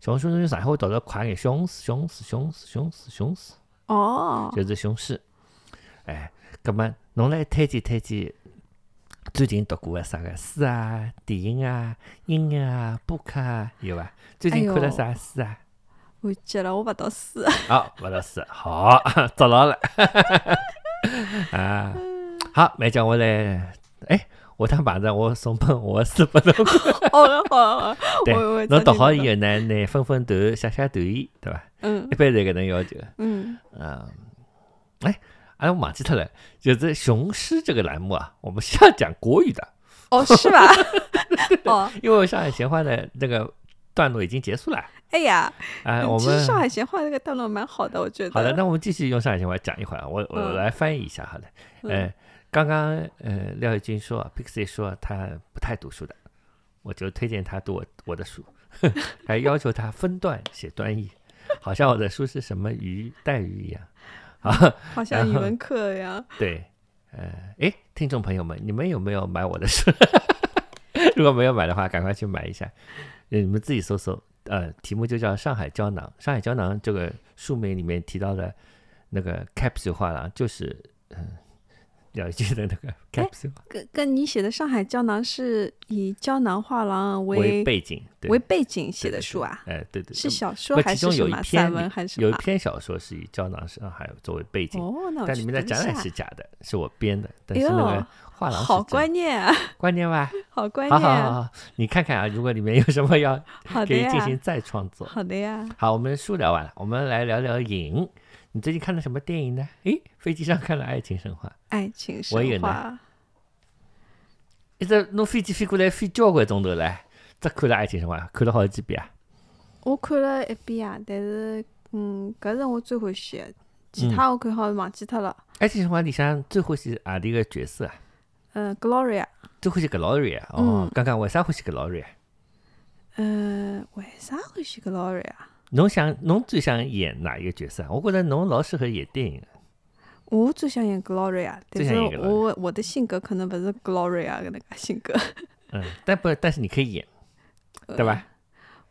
Speaker 1: 小红书侬用上海话读得快眼，小红书，小红书，小红书，小红书，小红书，
Speaker 2: 哦，
Speaker 1: 就是雄狮。哎，葛么侬来推荐推荐最近读过的啥个书啊、电影啊、音乐啊、播客啊，有伐？最近看
Speaker 2: 哎
Speaker 1: 了
Speaker 2: 哟
Speaker 1: 啥书啊？
Speaker 2: 我记了，我勿读 书。
Speaker 1: 好，勿老师，好， 捉牢了。啊，好，慢叫我来。哎，下趟碰着我送本我的书 拨侬，
Speaker 2: 好的好的，好
Speaker 1: 对
Speaker 2: 的哦我我
Speaker 1: 侬读好以
Speaker 2: 也，
Speaker 1: 后呢，拿分分段写写段意，对伐？
Speaker 2: 嗯
Speaker 1: 一般侪搿能要求。
Speaker 2: 嗯，
Speaker 1: 嗯，哎，哎，我忘记脱了，就是雄狮这个栏目啊，我们是要讲国语的，
Speaker 2: 哦是吧？哦，
Speaker 1: 因为上海闲话的那个段落已经结束了。
Speaker 2: 哎呀，
Speaker 1: 啊、
Speaker 2: 嗯
Speaker 1: 我
Speaker 2: 其实
Speaker 1: 们
Speaker 2: 上海闲话这个段落蛮好的，我觉得。
Speaker 1: 好的，那我们继续用上海闲话讲一会儿，我我
Speaker 2: 嗯
Speaker 1: 来翻译一下好了。
Speaker 2: 嗯
Speaker 1: 呃，刚刚呃，廖宇君说，Pixie 说他不太读书的，我就推荐他读我我的书， 还要求他分段写段意，好像我的书是什么鱼带鱼一样。啊，
Speaker 2: 好像语文课一 样。
Speaker 1: 对，呃，哎，听众朋友们，你们有没有买我的书？ 如果没有买的话，赶快去买一下。呃你们自己搜搜，呃，题目就叫《上海胶囊》。《上海胶囊》这个书名里面提到的那个 capsule 画廊，就是嗯，廖宇君的那个 capsule
Speaker 2: 跟跟你写的《上海胶囊》是以胶囊画廊
Speaker 1: 为
Speaker 2: 为
Speaker 1: 背景，对
Speaker 2: 为背景写
Speaker 1: 对
Speaker 2: 的
Speaker 1: 对
Speaker 2: 书啊？
Speaker 1: 哎，对对，
Speaker 2: 是小
Speaker 1: 不
Speaker 2: 说还
Speaker 1: 其
Speaker 2: 是
Speaker 1: 中
Speaker 2: 什
Speaker 1: 有一
Speaker 2: 么
Speaker 1: 篇
Speaker 2: 散
Speaker 1: 里
Speaker 2: 文还是
Speaker 1: 有
Speaker 2: 什
Speaker 1: 一
Speaker 2: 么？
Speaker 1: 篇小说是以胶囊上海作为背景，
Speaker 2: 哦，那我
Speaker 1: 但
Speaker 2: 去
Speaker 1: 里面的
Speaker 2: 读一
Speaker 1: 展览
Speaker 2: 下
Speaker 1: 是假的，是我编的，但
Speaker 2: 哎
Speaker 1: 是那
Speaker 2: 呦
Speaker 1: 个画廊是
Speaker 2: 好
Speaker 1: 真的
Speaker 2: 观念啊，
Speaker 1: 观念吧，
Speaker 2: 好观
Speaker 1: 好
Speaker 2: 念
Speaker 1: 好好
Speaker 2: 啊，
Speaker 1: 好，你看看啊，如果里面有什么要
Speaker 2: 好
Speaker 1: 可
Speaker 2: 的
Speaker 1: 以进
Speaker 2: 呀
Speaker 1: 行，再创作。
Speaker 2: 好的呀。
Speaker 1: 好，我们书聊完了，我们来聊聊影。你最近看了什么电影呢？诶，飞机上看了《爱情神话》，
Speaker 2: 爱情
Speaker 1: 我也
Speaker 2: 神
Speaker 1: 呢
Speaker 2: 话，
Speaker 1: 一直弄飞机飞过来飞交关钟头了，只看了《爱情神话》，看了好几遍啊。
Speaker 2: 我看了一遍啊，但是嗯，搿是我最欢喜的，其
Speaker 1: 嗯
Speaker 2: 他我看好忘记脱了。
Speaker 1: 《爱情神话》里向最欢喜何里个角色啊？
Speaker 2: 嗯，Gloria，
Speaker 1: 最欢喜格劳瑞啊！哦
Speaker 2: 嗯，
Speaker 1: 刚刚为啥欢喜格劳瑞啊？
Speaker 2: 嗯，为啥欢喜 Gloria？
Speaker 1: 侬想，侬最想演哪一个角色啊？我觉得侬老适合演电影啊。
Speaker 2: 我最想演 Gloria，
Speaker 1: 最
Speaker 2: 但
Speaker 1: 想
Speaker 2: 是
Speaker 1: 演 Gloria
Speaker 2: 我我的性格可能不是 Gloria 的那个性格，
Speaker 1: 嗯，但不，但是你可以演，对吧？
Speaker 2: 呃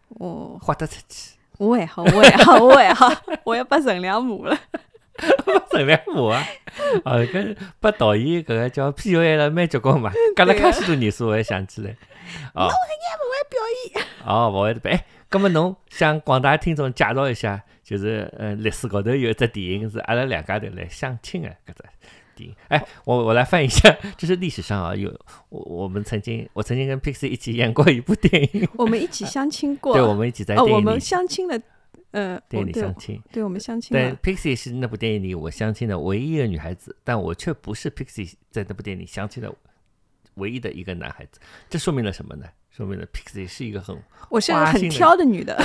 Speaker 2: 我
Speaker 1: 画得出去。
Speaker 2: 我也好，我也好，我也好，我要把陈良骂了。
Speaker 1: 陈亮武啊，啊，搿拨导演搿个叫 PUA 了蛮结棍嘛，
Speaker 2: 啊
Speaker 1: 隔了介许多年数，我也想起来。哦，哦，勿会得办。哎，葛末侬向广大听众介绍一下，就是呃，历史高头有一只电影是阿拉两家头来相亲的搿只电影。哎，我我来翻一下，就是历史上啊，有我我们曾经我曾经跟 Pixie 一起演过一部电影，
Speaker 2: 我们一起相亲过，
Speaker 1: 对，我们一起在
Speaker 2: 哦，
Speaker 1: 电影
Speaker 2: 我
Speaker 1: 里
Speaker 2: 们相亲了，呃，
Speaker 1: 电
Speaker 2: 我
Speaker 1: 影里
Speaker 2: 对
Speaker 1: 相，亲。
Speaker 2: 对我们相亲
Speaker 1: 但
Speaker 2: 了，
Speaker 1: Pixie 是那部电影里我相亲的唯一一个女孩子，但我却不是 Pixie 在那部电影里相亲的唯一的一个男孩子。这说明了什么呢？说明了 Pixie 是一个 很……
Speaker 2: 我是
Speaker 1: 花
Speaker 2: 个
Speaker 1: 心
Speaker 2: 很
Speaker 1: 的
Speaker 2: 挑的女的，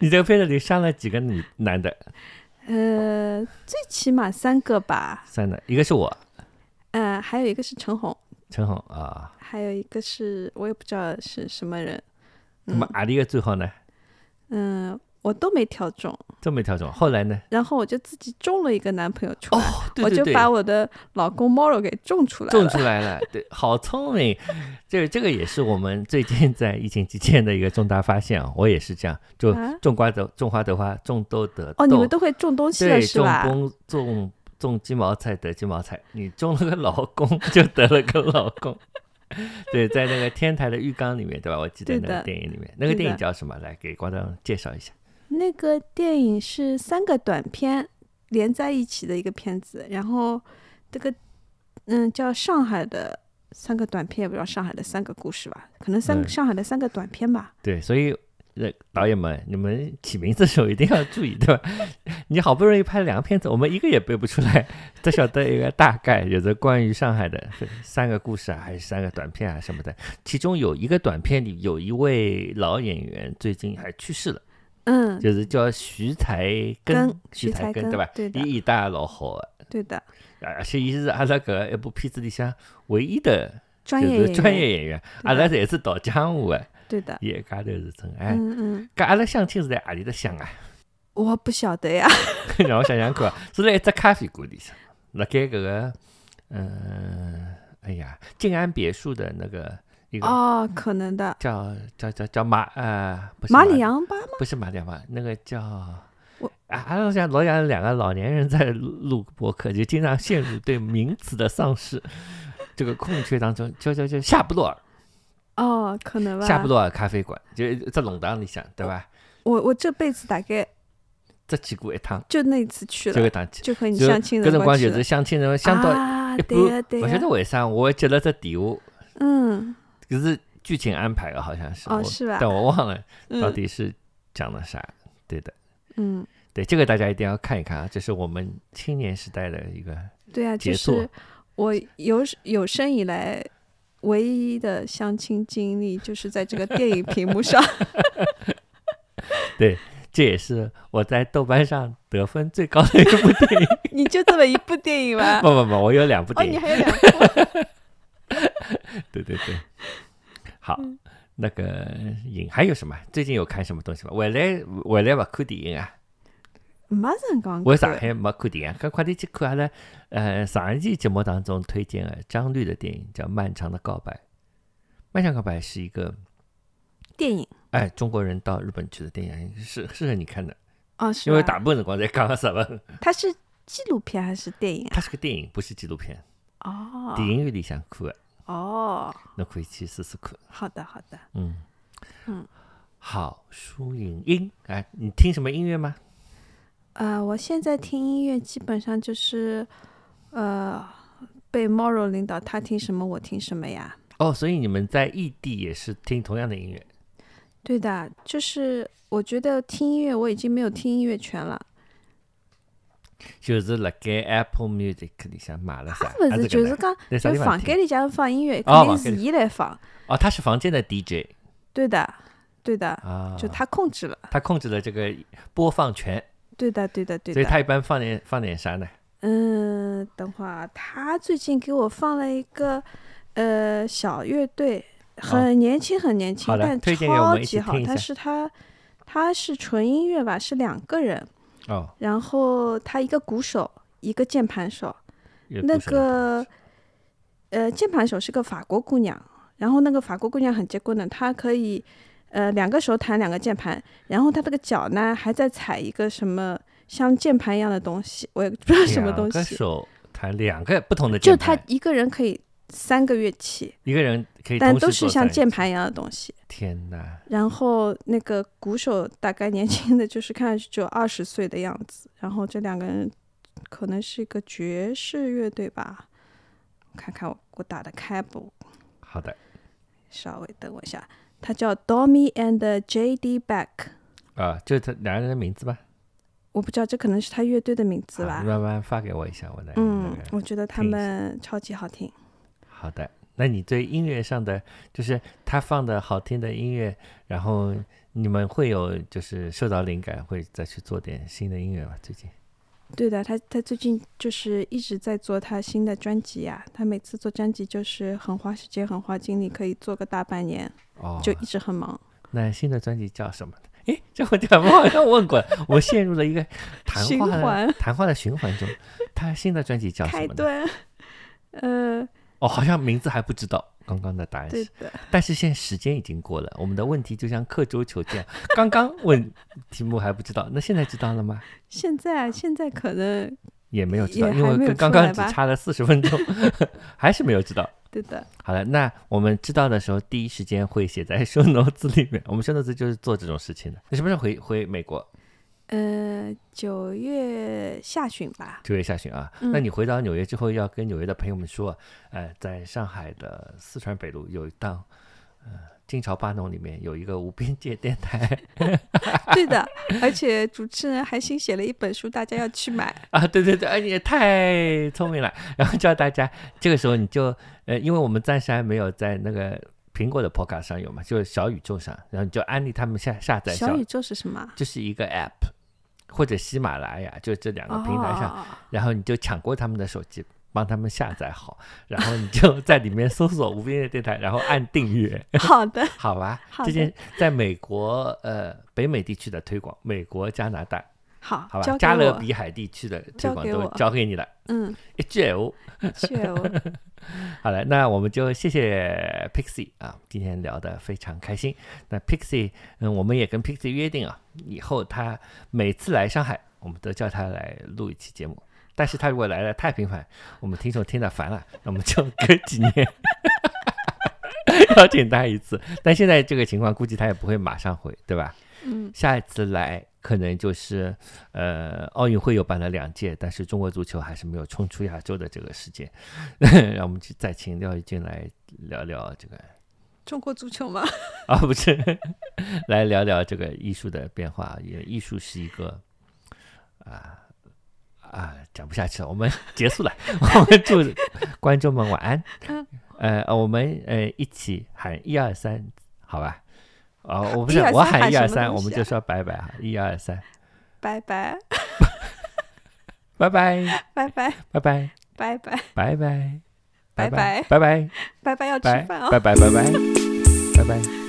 Speaker 1: 你这个片子里上了几个女男的？
Speaker 2: 呃，最起码三个吧，
Speaker 1: 三的，一个是我
Speaker 2: 呃，还有一个是陈红，
Speaker 1: 陈红啊，
Speaker 2: 还有一个是我也不知道是什么人，
Speaker 1: 那么阿里个最好呢？
Speaker 2: 嗯、我都没挑中，
Speaker 1: 这么一条种，后来呢？
Speaker 2: 然后我就自己种了一个男朋友出来，
Speaker 1: 哦对对
Speaker 2: 我
Speaker 1: 对
Speaker 2: 就把我的老公 Moro 给种出来
Speaker 1: 种
Speaker 2: 了，
Speaker 1: 出来了， 对，好聪明。这这个也是我们最近在疫情期间的一个重大发现啊！我也是这样，就
Speaker 2: 啊
Speaker 1: 种瓜得种花得花，种豆得豆。
Speaker 2: 哦，你们都会种东西
Speaker 1: 对，
Speaker 2: 了是
Speaker 1: 种
Speaker 2: 吧？
Speaker 1: 公种种鸡毛菜得鸡毛菜，你种了个老公就得了个老公。 对，在那个天台的浴缸里面，对吧？我记得
Speaker 2: 对
Speaker 1: 那个
Speaker 2: 的
Speaker 1: 电影里面，那个
Speaker 2: 对
Speaker 1: 电影
Speaker 2: 的
Speaker 1: 叫什么？来给观众介绍一下。
Speaker 2: 那个电影是三个短片连在一起的一个片子，然后这个嗯叫上海的三个短片，也不知道上海的三个故事吧，可能三、
Speaker 1: 嗯
Speaker 2: 上海的三个短片吧。
Speaker 1: 对，所以呃，导演们，你们起名字的时候一定要注意，对吧？ 你好不容易拍两个片子，我们一个也背不出来，只晓得一个大概，有着关于上海的三个故事啊，还是三个短片啊什么的。其中有一个短片里有一位老演员最近还去世了。
Speaker 2: 嗯，
Speaker 1: 就是叫徐才
Speaker 2: 根
Speaker 1: 徐
Speaker 2: 徐才
Speaker 1: 根
Speaker 2: 根
Speaker 1: 对吧？
Speaker 2: 对的
Speaker 1: 伊演得也老好的，
Speaker 2: 对的，
Speaker 1: 而且伊是阿啊拉搿一部片子里向唯一的就
Speaker 2: 专业演
Speaker 1: 是
Speaker 2: 员，
Speaker 1: 专业演员，啊
Speaker 2: 对
Speaker 1: 阿拉
Speaker 2: 的
Speaker 1: 侪是倒江湖的，
Speaker 2: 对的。
Speaker 1: 伊一家头是真爱。
Speaker 2: 嗯嗯，
Speaker 1: 搿阿拉相亲是在何里搭相啊？
Speaker 2: 我不晓得呀。
Speaker 1: 让我想想看，是辣一只咖啡馆里向，辣盖搿个，嗯，哎呀，静安别墅的那个一个
Speaker 2: 哦，可能的。
Speaker 1: 叫叫叫叫马呃，不是
Speaker 2: 马里昂巴吗？
Speaker 1: 不是马里亚吧？那个叫
Speaker 2: 我
Speaker 1: 啊，好像老像两个老年人在录录播客，就经常陷入对名词的丧失 这个空缺当中。就就就夏布洛尔，
Speaker 2: 哦，可能吧。哦
Speaker 1: 夏布洛尔咖啡馆，就在弄堂里向，对吧？
Speaker 2: 我我这辈子大概
Speaker 1: 只去过一趟，
Speaker 2: 就那一次去
Speaker 1: 就
Speaker 2: 了，
Speaker 1: 搿趟去，
Speaker 2: 就和你
Speaker 1: 就
Speaker 2: 相亲
Speaker 1: 搿
Speaker 2: 的
Speaker 1: 辰光
Speaker 2: 去
Speaker 1: 就
Speaker 2: 了
Speaker 1: 是相亲人相到，
Speaker 2: 啊
Speaker 1: 一半
Speaker 2: 对呀对
Speaker 1: 勿晓得
Speaker 2: 呀，
Speaker 1: 为啥我接了只电话，
Speaker 2: 嗯，
Speaker 1: 搿是剧情安排的，好像是，
Speaker 2: 哦
Speaker 1: 我
Speaker 2: 是吧
Speaker 1: 但我忘了到
Speaker 2: 嗯
Speaker 1: 底是讲了啥。对的，
Speaker 2: 嗯。
Speaker 1: 对这个大家一定要看一看啊，这是我们青年时代的一个
Speaker 2: 对啊，
Speaker 1: 杰
Speaker 2: 就
Speaker 1: 作
Speaker 2: 是我有史有生以来唯一的相亲经历，就是在这个电影屏幕上。
Speaker 1: 这也是我在豆瓣上得分最高的一 部电影。
Speaker 2: 你就这么一部电影吧？
Speaker 1: 不不不，我有两部
Speaker 2: 哦，
Speaker 1: 电
Speaker 2: 你
Speaker 1: 影。
Speaker 2: 还 有两部。
Speaker 1: 对对对，好，
Speaker 2: 嗯
Speaker 1: 那个影还有什么？最近有看什么东西吗？回来回来不看电影啊？
Speaker 2: 没辰光
Speaker 1: 我上
Speaker 2: 看
Speaker 1: 海没看电影啊，快快点去看阿拉呃上一期节目当中推荐的张律的电影叫《漫长的告白》。《漫长告白》是一个
Speaker 2: 电影
Speaker 1: 哎中国人到日本去的电影，是适合你看的，
Speaker 2: 哦，是
Speaker 1: 因为
Speaker 2: 吧
Speaker 1: 大部分辰光在讲日本。
Speaker 2: 它是纪录片还是电影
Speaker 1: 它是个电影，不是纪录片，
Speaker 2: 啊？
Speaker 1: 电
Speaker 2: 哦
Speaker 1: 影院里向看的，
Speaker 2: 哦，
Speaker 1: 侬可以去试试看。
Speaker 2: 好的好的，
Speaker 1: 嗯，
Speaker 2: 嗯，
Speaker 1: 好，舒影音，哎，你听什么音乐吗？
Speaker 2: 呃，我现在听音乐基本上就是呃被 Moro 领导，他听什么我听什么呀。
Speaker 1: 哦，所以你们在异地也是听同样的音乐，
Speaker 2: 对的，就是我觉得听音乐我已经没有听音乐权了，
Speaker 1: 就是辣盖 Apple Music 里向买了啥？
Speaker 2: 不
Speaker 1: 还
Speaker 2: 是
Speaker 1: 是
Speaker 2: 就
Speaker 1: 搿
Speaker 2: 是
Speaker 1: 能
Speaker 2: 讲
Speaker 1: 在啥
Speaker 2: 就
Speaker 1: 地方
Speaker 2: 房
Speaker 1: 听
Speaker 2: 间里向放音乐，肯
Speaker 1: 哦
Speaker 2: 定
Speaker 1: 房间
Speaker 2: 是
Speaker 1: 里
Speaker 2: 伊来放。
Speaker 1: 哦，他是房间的 DJ
Speaker 2: 对的，对的，
Speaker 1: 啊，
Speaker 2: 就他控制了。
Speaker 1: 他控制了这个播放权，
Speaker 2: 对的，对的，对
Speaker 1: 所以
Speaker 2: 的。
Speaker 1: 他一般放点放点啥呢？
Speaker 2: 嗯，等会儿他最近给我放了一个呃小乐队，很年轻，很年轻
Speaker 1: 好，的
Speaker 2: 但
Speaker 1: 推荐给我
Speaker 2: 超
Speaker 1: 们一起
Speaker 2: 级好
Speaker 1: 听一。下
Speaker 2: 但是他他是纯音乐吧，是两个人，
Speaker 1: 哦，
Speaker 2: 然后他一个鼓手，一个键盘手。
Speaker 1: 有
Speaker 2: 那
Speaker 1: 多少
Speaker 2: 个呃，键盘手是个法国姑娘，然后那个法国姑娘很结棍的，她可以呃两个手弹两个键盘，然后她这个脚呢还在踩一个什么像键盘一样的东西，我也不知道什么
Speaker 1: 两
Speaker 2: 东
Speaker 1: 个
Speaker 2: 西，
Speaker 1: 手弹两个不同的
Speaker 2: 就
Speaker 1: 键
Speaker 2: 他
Speaker 1: 盘，
Speaker 2: 一个人可以三个乐器，
Speaker 1: 一个人可以
Speaker 2: 但
Speaker 1: 同
Speaker 2: 都
Speaker 1: 时
Speaker 2: 是
Speaker 1: 做
Speaker 2: 像
Speaker 1: 三
Speaker 2: 键
Speaker 1: 个
Speaker 2: 盘一样的东西。
Speaker 1: 天哪，
Speaker 2: 然后那个鼓手大概年轻的就是看上去只有二十岁的样子，然后这两个人可能是一个爵士乐队吧，看看我我打得开不？
Speaker 1: 好的
Speaker 2: 稍微等我一下，他叫 Domi and J.D. Beck，
Speaker 1: 啊，就是他两个人的名字吧，
Speaker 2: 我不知道这可能是他乐队的名字
Speaker 1: 好
Speaker 2: 吧
Speaker 1: 你。慢慢发给我一下，我来。
Speaker 2: 嗯
Speaker 1: 那个，
Speaker 2: 我觉得
Speaker 1: 啊
Speaker 2: 他
Speaker 1: 听一下
Speaker 2: 们超级好听。
Speaker 1: 好的，那你对音乐上的，就是他放的好听的音乐，然后你们会有就是受到灵感，会再去做点新的音乐吗？最近
Speaker 2: 对的，他他最近就是一直在做他新的专辑呀、他每次做专辑就是很花时间、很花精力，可以做个大半年，
Speaker 1: 哦，
Speaker 2: 就一直很忙。
Speaker 1: 那新的专辑叫什么呢？诶， 这我这我好像问过了，我陷入了一个谈
Speaker 2: 循
Speaker 1: 话的
Speaker 2: 环
Speaker 1: 谈话的循环中。他新的专辑叫什
Speaker 2: 开
Speaker 1: 么呢？
Speaker 2: 端， 呃，
Speaker 1: 哦，好像名字还不知道。刚刚的答案
Speaker 2: 对
Speaker 1: 是，
Speaker 2: 的，
Speaker 1: 但是现在时间已经过了，我们的问题就像刻舟求剑，刚刚问题目还不知道，那现在知道了吗？
Speaker 2: 现在啊现在可能
Speaker 1: 也没有知道，
Speaker 2: 也
Speaker 1: 因
Speaker 2: 还
Speaker 1: 为
Speaker 2: 没有
Speaker 1: 跟刚
Speaker 2: 出来
Speaker 1: 刚只
Speaker 2: 吧
Speaker 1: 差了四十分钟， 还是没有知道。
Speaker 2: 对的，
Speaker 1: 好了，那我们知道的时候，第一时间会写在 show notes 里面。我们 show notes 就是做这种事情的。你什么时候回回美国？
Speaker 2: 呃，九月下旬吧，
Speaker 1: 九月下旬啊。
Speaker 2: 嗯
Speaker 1: 那你回到纽约之后，要跟纽约的朋友们说，呃，在上海的四川北路有一档，呃，金朝巴农里面有一个无边界电台
Speaker 2: 对 的，而且主持人还新写了一本书，大家要 去买。
Speaker 1: 啊。对对对，哎，你也太聪明了。然后叫大家，这个时候你就，呃，因为我们暂时还没有在那个。苹果的 Podcast 上有嘛？就是小宇宙上，然后你就安利他们下下载
Speaker 2: 小宇宙是什么啊？
Speaker 1: 就是一个 App，或者喜马拉雅，就这两个平台上，
Speaker 2: 哦，
Speaker 1: 然后你就抢过他们的手机，帮他们下载好，然后你就在里面搜索无边界电台，然后按订阅，
Speaker 2: 好的，
Speaker 1: 好吧？
Speaker 2: 好
Speaker 1: 这
Speaker 2: 的
Speaker 1: 件在美国呃北美地区的推广，美国、加拿大，
Speaker 2: 好
Speaker 1: 好，吧？
Speaker 2: 交
Speaker 1: 加
Speaker 2: 给
Speaker 1: 勒
Speaker 2: 我，
Speaker 1: 比海地区的推
Speaker 2: 交
Speaker 1: 广
Speaker 2: 给
Speaker 1: 都
Speaker 2: 我
Speaker 1: 交给你了，
Speaker 2: 嗯，
Speaker 1: 一句也无。
Speaker 2: 去哦。
Speaker 1: 好了，那我们就谢谢 Pixie 啊，今天聊得非常开心。那 Pixie，嗯，我们也跟 Pixie 约定啊，以后他每次来上海，我们都叫他来录一期节目。但是他如果来的太频繁，我们听众听得烦了，那我们就隔几年 邀请他一次。但现在这个情况，估计他也不会马上回，对吧？
Speaker 2: 嗯，
Speaker 1: 下一次来可能就是呃奥运会有办了两届，但是中国足球还是没有冲出亚洲的这个世界。 让我们去再请廖一军来聊聊这个
Speaker 2: 中国足球吗？
Speaker 1: 啊，不是， 来聊聊这个艺术的变化。也艺术是一个啊啊，讲不下去了，我们结束了， 我们祝观众们晚安。
Speaker 2: 嗯
Speaker 1: 呃，呃我们呃一起喊一二三，好吧？啊，我不是，
Speaker 2: 123
Speaker 1: 我喊
Speaker 2: 喊
Speaker 1: 一
Speaker 2: 什
Speaker 1: 二
Speaker 2: 么
Speaker 1: 三，
Speaker 2: 东
Speaker 1: 我们
Speaker 2: 西
Speaker 1: 就
Speaker 2: 啊
Speaker 1: 说拜拜啊，一二三，
Speaker 2: 拜拜，
Speaker 1: 拜拜，
Speaker 2: 拜拜，
Speaker 1: 拜拜，拜拜，
Speaker 2: 拜拜，拜
Speaker 1: 拜拜拜，
Speaker 2: 拜拜，要吃
Speaker 1: 拜
Speaker 2: 饭哦。
Speaker 1: 拜拜拜拜，拜拜。